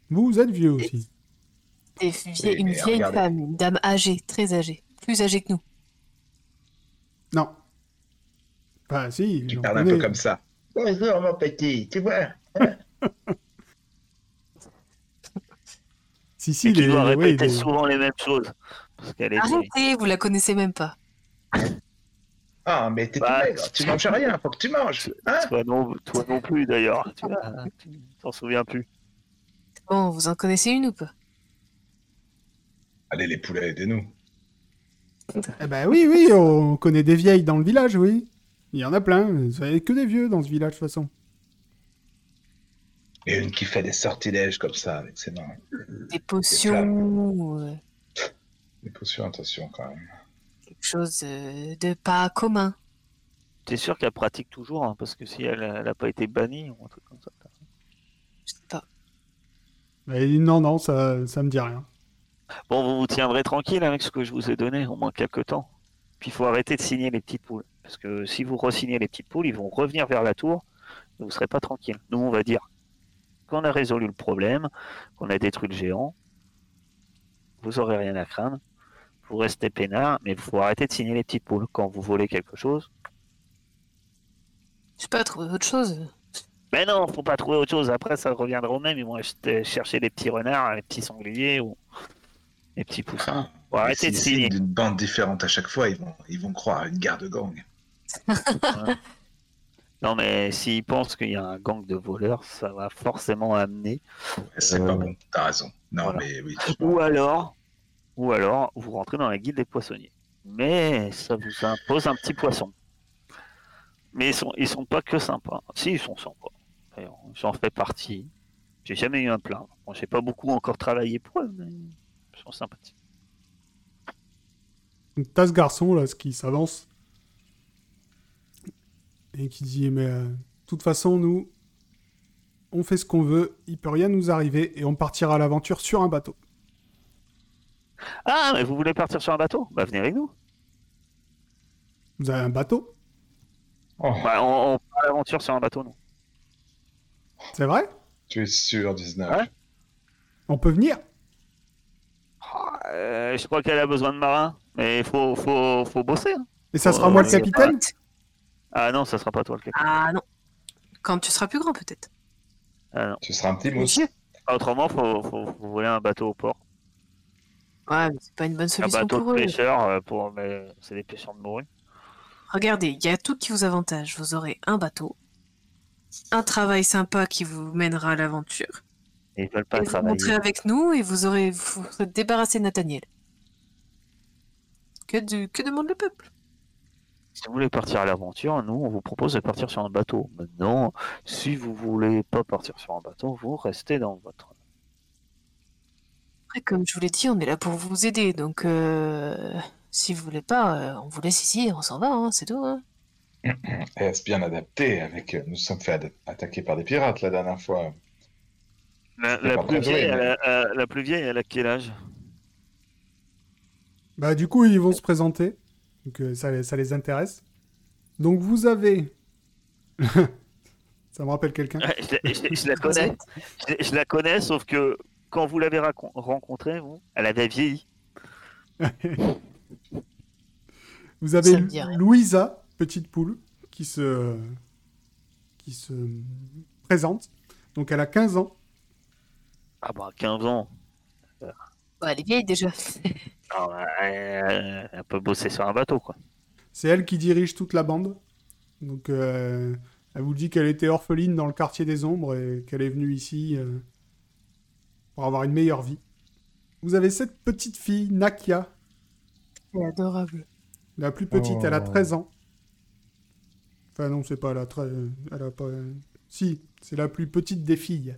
A: Vous, vous êtes vieux aussi.
E: Des
A: Eh,
E: vieilles-
C: Oui,
E: Une
C: mais
E: vieille
C: regardez.
E: femme, une dame âgée, très âgée. Plus âgée que nous.
A: Eh, Non. Bah si.
C: Tu
A: j'en
C: parles un
A: connais.
C: peu comme ça. Bonjour, mon petit. Tu vois
A: Si si.
B: Et qui
A: des-
B: doit
A: oui,
B: répéter
A: des-
B: souvent les mêmes choses. Parce
A: eh.
B: qu'elle est vieille.
E: Arrêtez, vous la connaissez même pas.
C: Ah, mais t'es
B: Bah,
C: tout maigre. Tu manges rien. Faut que tu manges. Hein
B: Toi non, toi non plus d'ailleurs. Tu vois, tu t'en souviens plus.
E: Bon, vous en connaissez une ou pas
C: Allez, les poulets, aidez-nous.
A: Eh bah oui oui, on connaît des vieilles dans le village, oui. Il y en a plein. Vous avez que des vieux dans ce village de toute façon.
C: Et une qui fait des sortilèges comme ça avec ses mains.
E: Des potions, euh,
C: Des potions, attention quand même.
E: quelque chose euh, de pas commun.
B: T'es sûr qu'elle pratique toujours, hein, parce que si elle n'a pas été bannie ou un truc comme ça.
E: Je sais pas.
A: Mais non non, ça ça me dit rien.
B: Bon, vous vous tiendrez tranquille avec ce que je vous ai donné, au moins quelques temps. Puis il faut arrêter de signer les petites poules. Parce que si vous re-signez les petites poules, ils vont revenir vers la tour et vous serez pas tranquille. Nous, on va dire qu'on a résolu le problème, qu'on a détruit le géant. Vous aurez rien à craindre. Vous restez peinard, mais il faut arrêter de signer les petites poules. Quand vous volez quelque chose,
E: Je sais pas, trouver autre chose.
B: Mais non, faut pas trouver autre chose. Après, ça reviendra au même. Ils vont acheter- chercher les petits renards, les petits sangliers ou les petits poussins. Faut arrêter de signer.
C: D'une bande différente à chaque fois, ils vont, ils vont croire à une guerre de gang.
B: Non, mais s'ils pensent qu'il y a un gang de voleurs, ça va forcément amener.
C: C'est
B: Euh,
C: pas bon, t'as raison. Non,
B: voilà.
C: mais oui. je-
B: Ou alors, ou alors, vous rentrez dans la guilde des poissonniers. Mais ça vous impose un petit poisson. Mais ils sont, ils sont pas que sympas. Si, ils sont sympas. D'ailleurs, J'en fais partie. J'ai jamais eu un plein. Bon, j'ai pas beaucoup encore travaillé pour eux, mais ils sont sympathiques.
A: Donc, T'as ce garçon là, ce qui s'avance et qui dit mais euh, de toute façon nous, on fait ce qu'on veut, il peut rien nous arriver et on partira à l'aventure sur un bateau.
B: Ah, mais vous voulez partir sur un bateau Bah venez avec nous.
A: Vous avez un bateau,
C: Oh,
B: Bah on, on part à l'aventure sur un bateau, non
A: c'est vrai
C: tu es sûr, 19.
B: Ouais.
A: On peut venir
B: Euh, Je crois qu'elle a besoin de marins, mais il faut, faut, faut bosser. hein.
A: Et ça sera
B: Oh,
A: moi le
B: c'est
A: capitaine
B: Ah non, ça sera pas toi le capitaine.
E: Ah non. Quand tu seras plus grand, peut-être.
C: Tu seras un petit mousse.
B: Ah, Autrement, faut, faut, faut voler un bateau au port.
E: Ouais, mais c'est pas une bonne
B: Un
E: solution
B: bateau de
E: pour eux.
B: pêcheurs, euh, pour... mais c'est des pêcheurs de morue.
E: Regardez, il y a tout qui vous avantage. Vous aurez un bateau, un travail sympa qui vous mènera à l'aventure.
B: Ils veulent
E: Et
B: pas
E: Vous monterez
B: travailler.
E: avec nous et vous aurez vous serez débarrassé de Nathaniel. Que, du- que demande le peuple
B: Si vous voulez partir à l'aventure, nous, on vous propose de partir sur un bateau. Maintenant, si vous voulez pas partir sur un bateau, vous restez dans votre.
E: Après, comme je vous l'ai dit, on est là pour vous aider, donc euh, si vous voulez pas, euh, on vous laisse ici, on s'en va, hein, c'est tout. hein.
C: Est-ce Eh, bien adapté avec... euh, Nous sommes fait ad- attaquer par des pirates la dernière fois.
B: La,
C: la Pas plus
B: plus
C: très vieille,
B: vieille,
C: doué,
B: elle
C: mais-
B: a, quel âge
A: Bah, du coup, ils vont se présenter. Donc, euh, ça, ça les intéresse. Donc, vous avez. ça me rappelle quelqu'un.
B: je, la- je la- je la connais. Je, la- je la connais, sauf que quand vous l'avez racon- rencontrée, vous, elle avait vieilli.
A: Vous avez
E: Ça me dit rien.
A: Louisa, petite poule, qui se, qui se présente. Donc elle a 15 ans.
B: Ah bah, 15 ans.
E: Ouais, elle est vieille déjà.
B: Ah bah, elle, elle peut bosser sur un bateau, quoi.
A: C'est elle qui dirige toute la bande. Donc euh, elle vous dit qu'elle était orpheline dans le quartier des ombres et qu'elle est venue ici euh, pour avoir une meilleure vie. Vous avez cette petite fille, Nakia,
E: Elle est adorable.
A: la plus petite, elle a
C: Oh.
A: 13 ans. Enfin non, c'est pas la 13... Elle a pas... Si, c'est la plus petite des filles.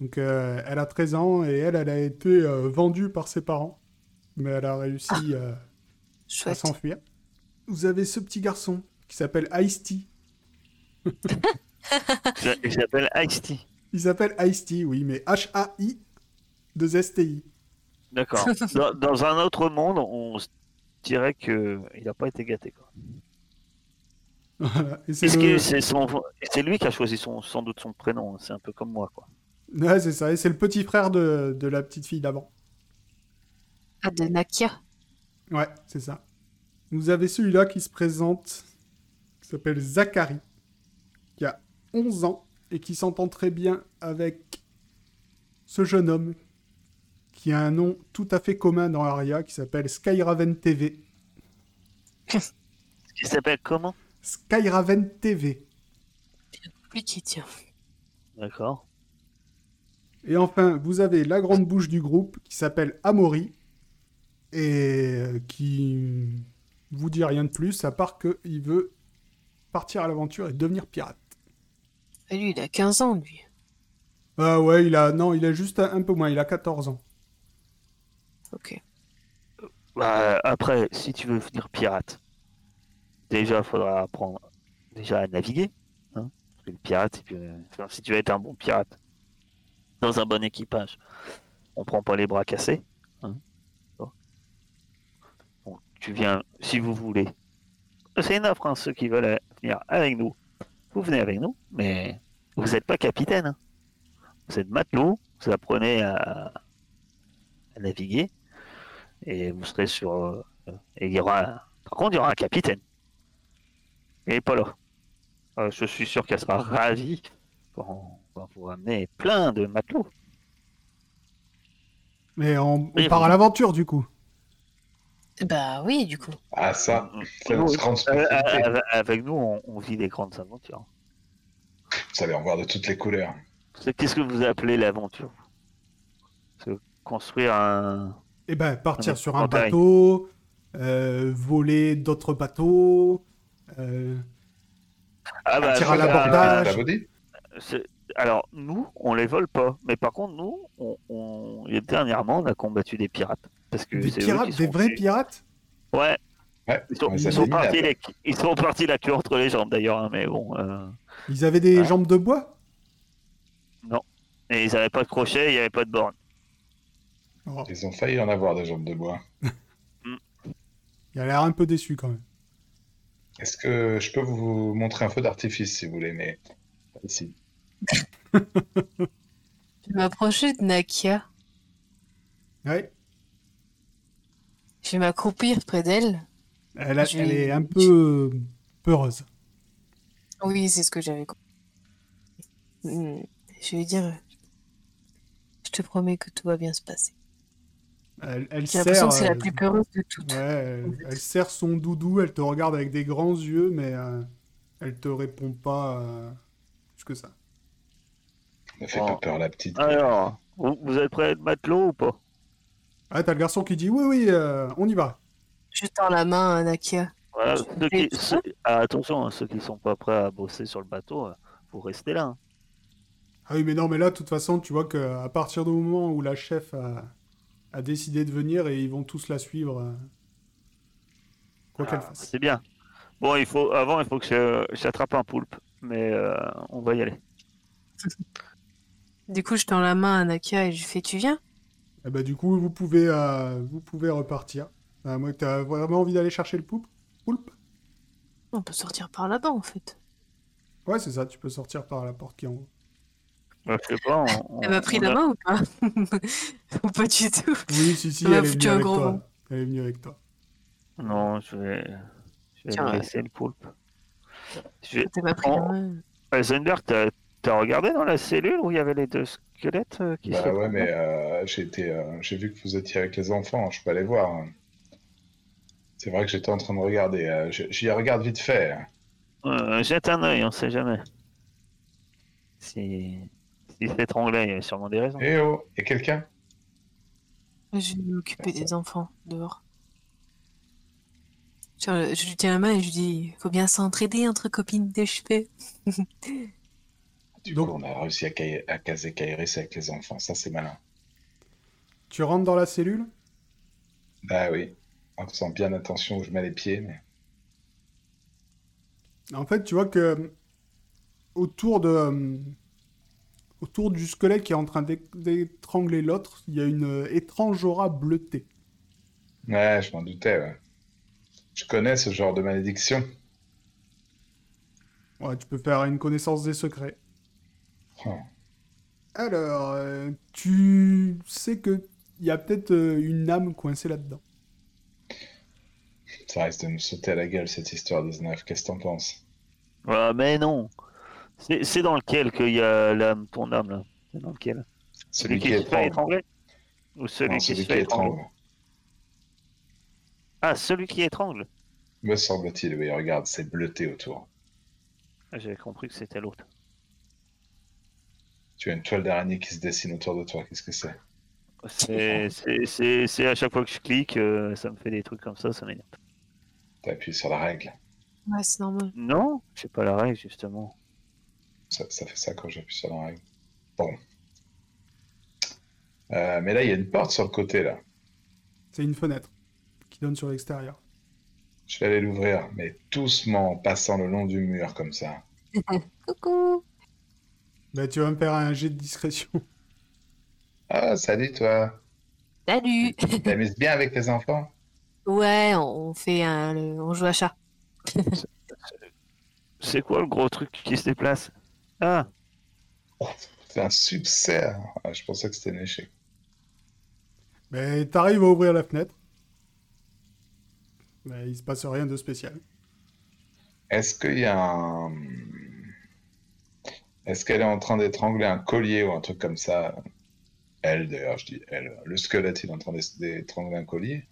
A: Donc euh, elle a 13 ans et elle, elle a été euh, vendue par ses parents. Mais elle a réussi euh, à
E: Chouette.
A: s'enfuir. Vous avez ce petit garçon qui s'appelle Ice-T.
B: Je, je l'appelle Ice-T.
A: Il s'appelle Ice-T, oui, mais H-A-I 2 S-T-I.
B: D'accord. dans, dans un autre monde, on se dirait que il n'a pas été gâté. Quoi.
A: Voilà. Et c'est
B: Est-ce
A: le-
B: que c'est son... c'est lui qui a choisi son, sans doute son prénom hein, C'est un peu comme moi, quoi.
A: Ouais, c'est ça. Et c'est le petit frère de, de la petite fille d'avant.
E: Ah, de Nakia.
A: Ouais, c'est ça. Vous avez celui-là qui se présente, qui s'appelle Zachary, qui a 11 ans et qui s'entend très bien avec ce jeune homme qui a un nom tout à fait commun dans Aria qui s'appelle Skyraven TV.
B: Il s'appelle comment
A: Skyraven TV.
E: Compliqué, tiens.
B: D'accord.
A: Et enfin, vous avez la grande bouche du groupe qui s'appelle Amori et euh, qui vous dit rien de plus à part qu'il veut partir à l'aventure et devenir pirate.
E: Ah, lui, il a 15 ans, lui.
A: Ah ouais, il a non, il a juste un, un peu moins, il a 14 ans.
E: Ok.
B: Bah, après, si tu veux devenir pirate, déjà, il faudra apprendre déjà à naviguer. Hein Parce que le pirate, il peut- enfin, si tu veux être un bon pirate, dans un bon équipage, on prend pas les bras cassés. hein. Bon. Donc, tu viens, si vous voulez. C'est une offre, hein, ceux qui veulent euh, venir avec nous. Vous venez avec nous, mais vous n'êtes pas capitaine. hein. Vous êtes matelot, vous apprenez à, à naviguer et vous serez sur. euh, et il y aura. Par contre, il y aura un capitaine. Et pas là. Euh, je suis sûr qu'elle sera ravie. Bon, on va vous ramener plein de matelots.
A: Mais on, on
B: Oui,
A: part
B: oui.
A: à l'aventure du coup.
E: Bah oui, du coup.
C: Ah ça, Eh, c'est
B: Nous,
C: notre grande
B: euh,
C: spécialité.
B: euh, avec nous, on, on vit des grandes aventures.
C: Vous allez en voir de toutes les couleurs.
B: euh, C'est- Qu'est-ce que vous appelez l'aventure Se construire un.
A: Eh ben, partir
B: Avec
A: sur un
B: Pantaï.
A: bateau, euh, voler d'autres bateaux. euh,
B: Ah bah,
A: Partir à
B: c'est-
A: l'abordage.
B: euh,
C: Ça vous dit
B: c'est- Alors, nous, on les vole pas. Mais par contre, nous, on, on- et dernièrement, on a combattu des pirates. Parce que
A: des
B: c'est eux
A: pirates,
B: qui
A: des
B: sont
A: vrais
B: venus.
A: pirates
B: Ouais,
C: Ouais,
B: Ils sont,
C: on les
B: ils
C: a
B: sont
C: mis là.
B: partis les- ils sont partis la queue entre les jambes d'ailleurs, hein, mais bon. euh,
A: Ils avaient des
B: Ouais.
A: jambes de bois
B: Et ils n'avaient pas de crochet, il n'y avait pas de borne.
A: Oh,
C: Ils ont failli en avoir des jambes de bois.
A: Il a l'air un peu déçu quand même.
C: Est-ce que je peux vous montrer un feu d'artifice si vous voulez, mais pas ici.
E: Je vais m'approcher de Nakia.
A: Ouais.
E: Je vais m'accroupir près d'elle.
A: Elle, a-
E: Je-
A: elle est un peu euh, peureuse.
E: Oui, c'est ce que j'avais compris. Hmm, Je vais dire. Je te promets que tout va bien se passer.
A: Elle, elle
E: J'ai
A: sert.
E: l'impression que c'est la
A: euh,
E: plus peureuse de toutes.
A: ouais, elle, elle serre son doudou, elle te regarde avec des grands yeux, mais euh, elle te répond pas euh, plus que ça.
C: Ne fait
B: Oh.
C: pas peur la petite.
B: Alors, vous, vous êtes prêts à être matelot ou pas
A: Ah, t'as le garçon qui dit oui, oui, euh, on y va.
E: Je tends la main à Nakia.
B: Voilà,
E: Je
B: ceux qui-
E: fais
B: ceux- ah, attention, hein, ceux qui sont pas prêts à bosser sur le bateau, euh, vous restez là. hein.
A: Ah oui, mais non, mais là, de toute façon, tu vois qu'à partir du moment où la chef a, a décidé de venir et ils vont tous la suivre, euh, quoi qu'elle
B: Ah,
A: fasse.
B: C'est bien. Bon, il faut avant, il faut que je- j'attrape un poulpe, mais euh, on va y aller.
E: Du coup, je tends la main à Nakia et je lui fais Tu viens
A: Eh ben, du coup, vous pouvez, euh, vous pouvez repartir. Euh, moi, t'as vraiment envie d'aller chercher le poulpe Poulpe
E: On peut sortir par là-bas en fait.
A: Ouais, c'est ça, tu peux sortir par la porte qui est en haut.
B: Bah, je sais pas. on-
E: Elle m'a
B: on-
E: pris
B: on
E: la
B: a-
E: main ou pas Ou pas du tout
A: Oui, si, si,
E: Elle m'a
A: elle est venue
E: foutu un
A: avec
E: gros
A: toi.
E: vent.
A: Elle est venue avec toi.
B: Non, je vais, je vais
E: Tiens,
B: lui
E: ouais.
B: laisser le poulpe. Je vais-
E: Elle m'a pris la
B: Oh.
E: main.
B: Euh, Zunder, t'as t'as regardé dans la cellule où il y avait les deux squelettes euh, qui se
C: Bah ouais, mais euh, j'ai été, euh, j'ai vu que vous étiez avec les enfants, je peux aller voir. hein. C'est vrai que j'étais en train de regarder. euh, je- J'y regarde vite fait. hein.
B: Euh, jette un œil, on sait jamais. Si s'il s'étranglait, il y avait sûrement des raisons.
C: Eh oh, y a quelqu'un
E: Je vais m'occuper des enfants dehors. Je, je lui tiens la main et je lui dis Faut bien s'entraider entre copines de cheveux.
C: Du
A: Donc-
C: coup, on a réussi à, ca- à caser KRS avec les enfants, ça c'est malin.
A: Tu rentres dans la cellule
C: Bah oui, en faisant bien attention où je mets les pieds. Mais...
A: En fait, tu vois que euh, autour de euh, autour du squelette qui est en train d'é- d'étrangler l'autre, il y a une euh, étrange aura bleutée.
C: Ouais, je m'en doutais. ouais. Je connais ce genre de malédiction.
A: Ouais, tu peux faire une connaissance des secrets.
C: Oh.
A: Alors, euh, tu sais que il y a peut-être euh, une âme coincée là-dedans.
C: Ça risque de nous sauter à la gueule cette histoire 19. Qu'est-ce que t'en penses
B: Ah, mais non C'est c'est dans lequel qu'il y a l'âme, ton âme là C'est dans lequel Celui qui, se fait étrangler Ou celui
C: Non,
B: qui se fait étrangler Ah, celui qui étrangle
C: Me semble-t-il, oui, regarde, c'est bleuté autour.
B: Ah, J'avais compris que c'était l'autre.
C: Tu as une toile d'araignée qui se dessine autour de toi, qu'est-ce que c'est
B: C'est c'est- c'est- c'est à chaque fois que je clique, euh, ça me fait des trucs comme ça, ça m'énerve.
C: T'as appuyé sur la règle.
E: Ouais, c'est normal.
B: Non J'ai pas la règle justement.
C: Ça, ça fait ça quand j'appuie sur la règle. Bon. Euh, mais là, il y a une porte sur le côté, là.
A: C'est une fenêtre qui donne sur l'extérieur.
C: Je vais aller l'ouvrir, mais doucement, en passant le long du mur, comme ça.
E: Coucou
A: Bah, tu vas me faire un jet de discrétion.
C: Ah, salut, toi.
E: Salut
C: T'amuses bien avec les enfants
E: Ouais, on fait un. le- on joue à chat.
B: C'est quoi le gros truc qui se déplace Ah
C: C'est un subserre. Ah, je pensais que c'était un échec.
A: Mais t'arrives à ouvrir la fenêtre. Mais il se passe rien de spécial.
C: Est-ce qu'il y a un... Est-ce qu'elle est en train d'étrangler un collier ou un truc comme ça Elle, d'ailleurs, je dis elle. Le squelette, il est en train d'ess- d'étrangler un collier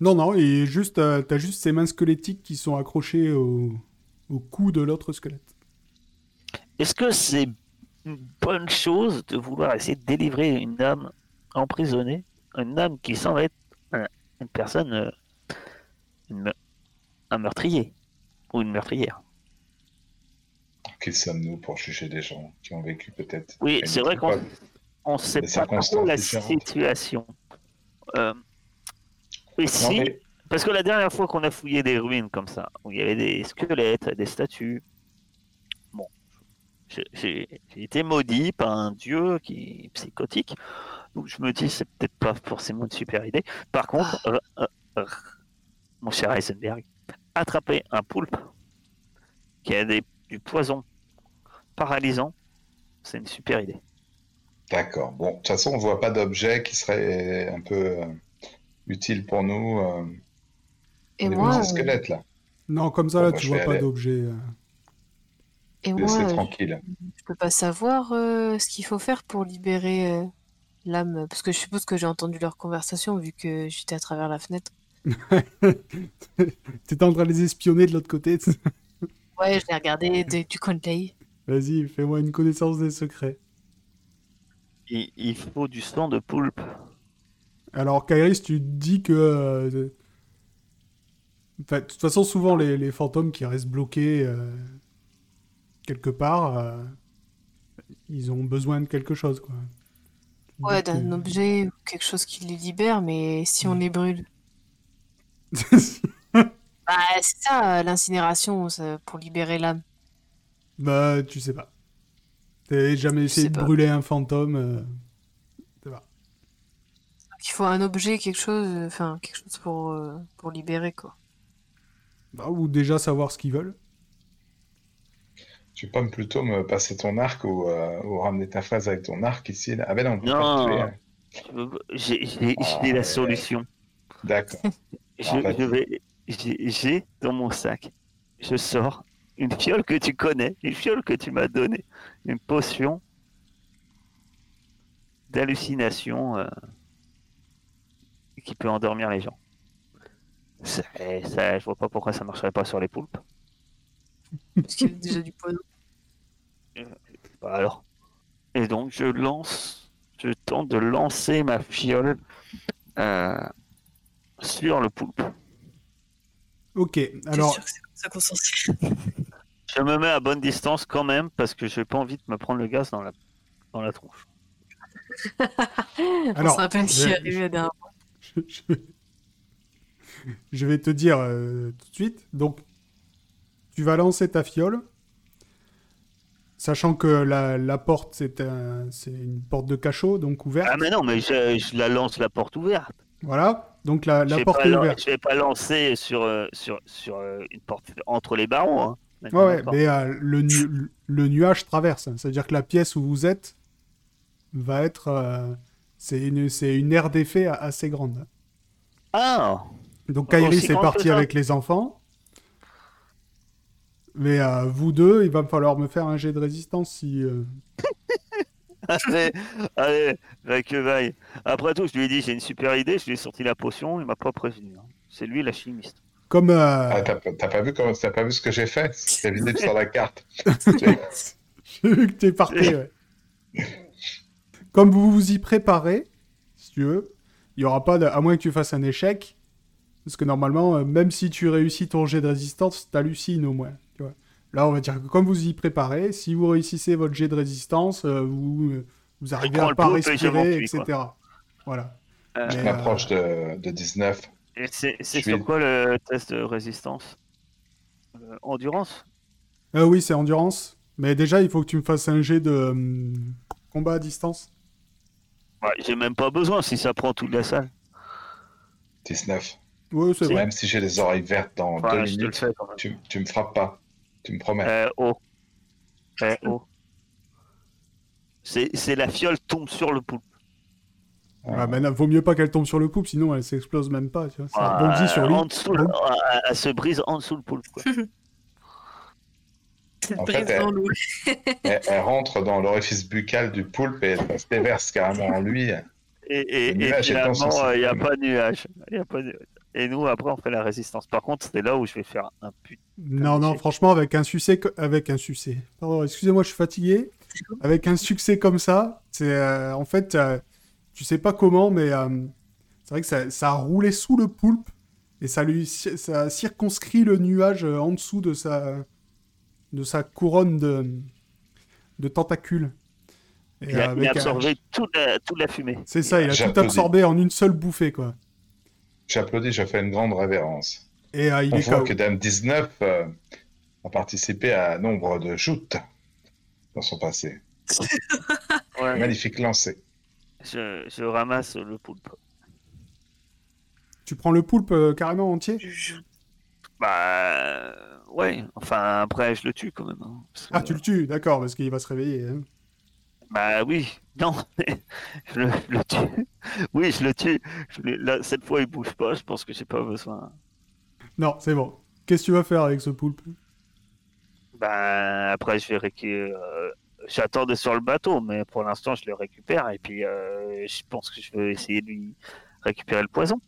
A: Non, non, et juste, euh, t'as juste ces mains squelettiques qui sont accrochées au, au cou de l'autre squelette.
B: Est-ce que c'est une bonne chose de vouloir essayer de délivrer une âme emprisonnée, une âme qui semble être un- une personne, euh, une me- un meurtrier ou une meurtrière
C: Qui sommes-nous pour juger des gens qui ont vécu peut-être
B: Oui,
C: à une
B: c'est vrai
C: autre
B: qu'on
C: époque
B: on sait
C: Des
B: pas trop
C: circonstances
B: la
C: différentes.
B: situation. Euh, et
C: Non,
B: si-
C: mais
B: parce que la dernière fois qu'on a fouillé des ruines comme ça, où il y avait des squelettes, des statues, bon, j'ai- j'ai j'ai été maudit par un dieu qui est psychotique, donc je me dis c'est peut-être pas forcément une super idée. Par contre, euh, euh, euh, mon cher Heisenberg, attraper un poulpe qui a des- du poison paralysant, c'est une super idée.
C: D'accord. Bon, de toute façon, on voit pas d'objet qui serait un peu euh, utile pour nous. euh,
E: Et
C: au niveau
E: moi,
C: de ces
E: euh,
C: squelettes, là.
A: Non, comme ça,
C: Bon,
A: là,
C: bah,
A: tu
C: je
A: vois
C: vais
A: pas
C: aller.
A: d'objet. euh.
E: et moi
C: Laissez
E: euh,
C: tranquille.
E: je peux pas savoir euh, ce qu'il faut faire pour libérer euh, l'âme. Parce que je suppose que j'ai entendu leur conversation vu que j'étais à travers la fenêtre.
A: T'étais en train de les espionner de l'autre côté.
E: Ouais, je l'ai regardé
A: Mm.
E: de- du coin de l'œil.
A: Vas-y, fais-moi une connaissance des secrets.
B: Il, il faut du sang de poulpe.
A: Alors, Kairis, tu te dis que euh, Enfin, de toute façon, souvent, les, les fantômes qui restent bloqués euh, quelque part, euh, ils ont besoin de quelque chose, quoi.
E: Ouais,
A: Donc,
E: d'un
A: euh,
E: objet ou quelque chose qui les libère, mais si on
A: Mm.
E: les brûle. Bah, c'est ça, l'incinération, ça- pour libérer l'âme.
A: bah, tu sais pas. T'as jamais essayé
E: sais
A: de
E: pas.
A: brûler un fantôme euh,
E: Donc, Il faut un objet, quelque chose, euh, enfin, quelque chose pour, euh, pour libérer, quoi.
A: bah, ou déjà savoir ce qu'ils veulent.
C: Tu peux plutôt me passer ton arc ou, euh, ou ramener ta phrase avec ton arc ici là. Ah ben non, on peut
B: Non.
C: pas te tuer.
B: Je veux- J'ai j'ai-
C: Ah,
B: j'ai la
C: ouais.
B: solution.
C: D'accord.
B: Je,
C: Ah, vas-y.
B: je vais. J'ai j'ai dans mon sac, je sors une fiole que tu connais, une fiole que tu m'as donnée, une potion d'hallucination euh, qui peut endormir les gens. Ça, eh, ça- je vois pas pourquoi ça marcherait pas sur les poulpes.
E: Parce qu'il y a déjà du poison.
B: Bah alors. Et donc je lance, je tente de lancer ma fiole euh, sur le poulpe.
A: Ok,
E: T'es
A: alors
E: sûr que c'est comme ça qu'on s'en sert
B: Je me mets à bonne distance quand même parce que j'ai pas envie de me prendre le gaz dans la, dans la tronche.
E: On
A: Alors,
E: se rappelle
A: je-
E: si j'y arrivais la dernière fois.
A: je, je- je vais te dire euh, tout de suite. Donc, tu vas lancer ta fiole, sachant que la, la porte, c'est un- c'est une porte de cachot, donc ouverte.
B: Ah mais non, mais je, je la lance la porte ouverte.
A: Voilà, donc la, la
B: je, vais
A: porte
B: pas
A: est
B: lan-
A: ouverte.
B: je vais pas lancer sur, euh, sur, sur euh, une porte entre les barons. hein. Mais
A: Ouais, ouais,
B: d'accord.
A: mais euh, le, nu- le nuage traverse. hein. C'est-à-dire que la pièce où vous êtes va être. euh, c'est une, c'est une aire d'effet a- assez grande.
B: Ah
A: Donc
B: Aussi
A: Kairi c'est
B: grande que
A: parti
B: ça
A: avec les enfants. Mais euh, vous deux, il va me falloir me faire un jet de résistance si. euh,
B: Allez, allez, va que vaille. Après tout, je lui ai dit j'ai une super idée, je lui ai sorti la potion, il m'a pas prévenu. hein. C'est lui la chimiste.
A: Comme. euh,
C: Ah, t'as pas t'as pas vu comment t'as pas vu ce que j'ai fait C'est évident sur la carte.
A: J'ai vu que t'es parti, ouais. Comme vous vous y préparez, si tu veux, il y aura pas de... À moins que tu fasses un échec, parce que normalement, euh, même si tu réussis ton jet de résistance, t'hallucines au moins, tu vois. Là, on va dire que comme vous y préparez, si vous réussissez votre jet de résistance, euh, vous, euh, vous arrivez
B: prends
A: à
B: le
A: pas
B: pot et je
A: respirer,
B: m'enfuis,
A: etc. Voilà.
B: Euh,
A: Mais,
C: Je
A: euh,
C: m'approche de, de 19.
B: Et c'est c'est
C: Je vais-
B: sur quoi le test de résistance Euh, Endurance
A: euh, oui, c'est endurance. Mais déjà, il faut que tu me fasses un jet de euh, combat à distance.
B: Ouais, J'ai même pas besoin si ça prend toute la salle.
C: 19.
A: Oui, c'est
B: Si.
A: vrai.
C: Même si j'ai les oreilles vertes dans
B: Enfin,
C: deux
B: je te le
C: minutes,
B: fais quand même.
C: tu, tu me frappes pas. Tu me promets.
B: Euh, oh. Euh, oh. C'est c'est la fiole tombe sur le poulpe.
C: Hein.
A: Ah, maintenant, vaut mieux pas qu'elle tombe sur le poupe, sinon elle s'explose même pas. Tu vois. Ça
B: Euh,
A: rebondit sur lui.
B: en dessous,
A: Bon.
B: euh, elle, elle se brise en dessous le poulpe. quoi.
E: Tu te
C: En fait,
E: brises
C: elle-
E: dans l'eau.
C: Elle, elle rentre dans l'orifice buccal du poulpe et elle se déverse carrément en lui.
B: Et, et-
C: Le
B: et
C: nuage
B: finalement,
C: étant censé-
B: il n'y a pas de nuage. Y a pas de- Et nous, après, on fait la résistance. Par contre, c'est là où je vais faire un putain.
A: Non, non,
B: J'ai-
A: franchement, avec un succès, co- avec un succès. Pardon, excusez-moi, je suis fatigué. Avec un succès comme ça, c'est euh, en fait, euh, tu sais pas comment, mais euh, c'est vrai que ça, ça a roulé sous le poulpe et ça lui, ci- ça a circonscrit le nuage euh, en dessous de sa, de sa couronne de, de tentacules. Et,
B: Il
A: euh,
B: a, il
A: avec,
B: a
A: euh,
B: absorbé toute, la, toute la fumée.
A: c'est ça, il a tout
C: J'applaudis.
A: absorbé en une seule bouffée, quoi.
C: J'applaudis, je fais une grande révérence.
A: Et euh, il
C: On
A: est
C: voit
A: KO.
C: que Dame 19 euh, a participé à nombre de shoots dans son passé.
B: Ouais.
C: Magnifique lancé.
B: Je, je ramasse le poulpe.
A: Tu prends le poulpe euh, carrément entier.
B: Bah. Ouais, enfin, après, je le tue quand même. hein. Parce que-
A: Ah, tu le tues, d'accord, parce qu'il va se réveiller. hein.
B: Bah oui, non, mais je le, je le tue. Oui, je le tue. Je le- là, cette fois, il bouge pas. Je pense que j'ai pas besoin.
A: Non, c'est bon. Qu'est-ce que tu vas faire avec ce poulpe
B: Bah après, je vais récupérer. J'attends de sur le bateau, mais pour l'instant, je le récupère et puis euh, je pense que je vais essayer de lui récupérer le poison.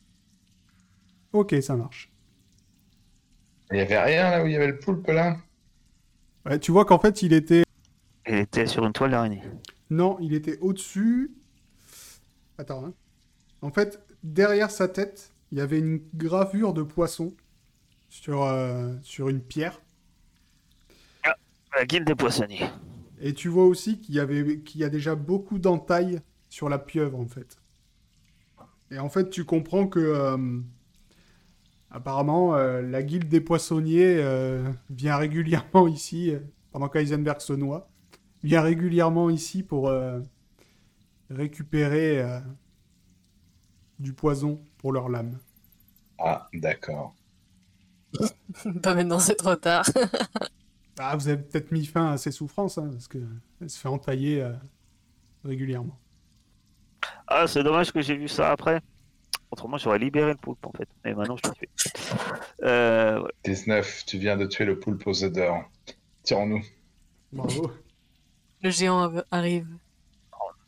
A: Ok, ça marche.
C: Il n'y avait rien là où il y avait le poulpe là
A: Ouais, tu vois qu'en fait, il était.
B: Il était sur une toile d'araignée.
A: Non, il était au-dessus. Attends. hein. En fait, derrière sa tête, il y avait une gravure de poisson sur, euh, sur une pierre.
B: La guilde des poissonniers.
A: Et tu vois aussi qu'il y, avait, qu'il y a déjà beaucoup d'entailles sur la pieuvre, en fait. Et en fait, tu comprends que, euh, apparemment, euh, la guilde des poissonniers euh, vient régulièrement ici, euh, pendant qu'Eisenberg se noie, vient régulièrement ici pour euh, récupérer euh, du poison pour leur lame.
C: Ah, d'accord.
E: Pas maintenant, c'est trop tard.
A: Ah, vous avez peut-être mis fin à ses souffrances, hein, parce que elle se fait entailler euh, régulièrement.
B: Ah, c'est dommage que j'ai vu ça après. Autrement, j'aurais libéré le poulpe en fait. Mais maintenant, je le fais. Euh, voilà.
C: 19, tu viens de tuer le poulpe aux odeurs. Tirons-nous.
A: Bravo.
E: Le géant av- arrive.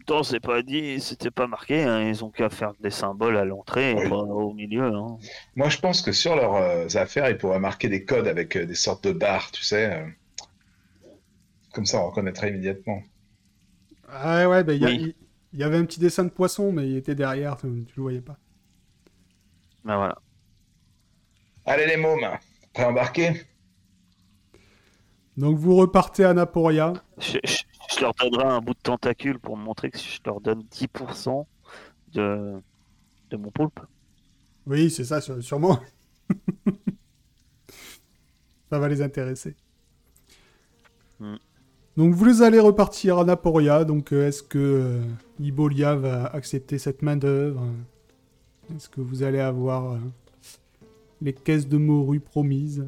B: Pourtant, c'est pas dit, c'était pas marqué. hein. Ils ont qu'à faire des symboles à l'entrée et
C: Oui.
B: pas au milieu. hein.
C: Moi, je pense que sur leurs euh, affaires, ils pourraient marquer des codes avec euh, des sortes de barres, tu sais. euh. Comme ça, on reconnaîtra immédiatement.
A: Ah ouais, ben il y a-
B: Oui.
A: il y, avait un petit dessin de poisson, mais il était derrière, tu, tu le voyais pas.
B: Ben voilà.
C: Allez, les mômes Prêt à embarquer
A: Donc vous repartez à Naporia.
B: Je, je- je leur donnerai un bout de tentacule pour montrer que je leur donne 10% de, de mon poulpe.
A: Oui, c'est ça, sû- sûrement. ça va les intéresser.
B: Mm.
A: Donc vous les allez repartir à Naporia. Donc euh, est-ce que euh, Ibolia va accepter cette main d'œuvre Est-ce que vous allez avoir euh, les caisses de morue promises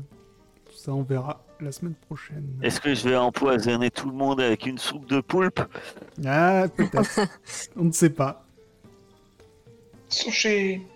A: Ça on verra la semaine prochaine.
B: Est-ce que je vais empoisonner tout le monde avec une soupe de poulpe
A: Ah peut-être. on ne sait pas.
C: Sushi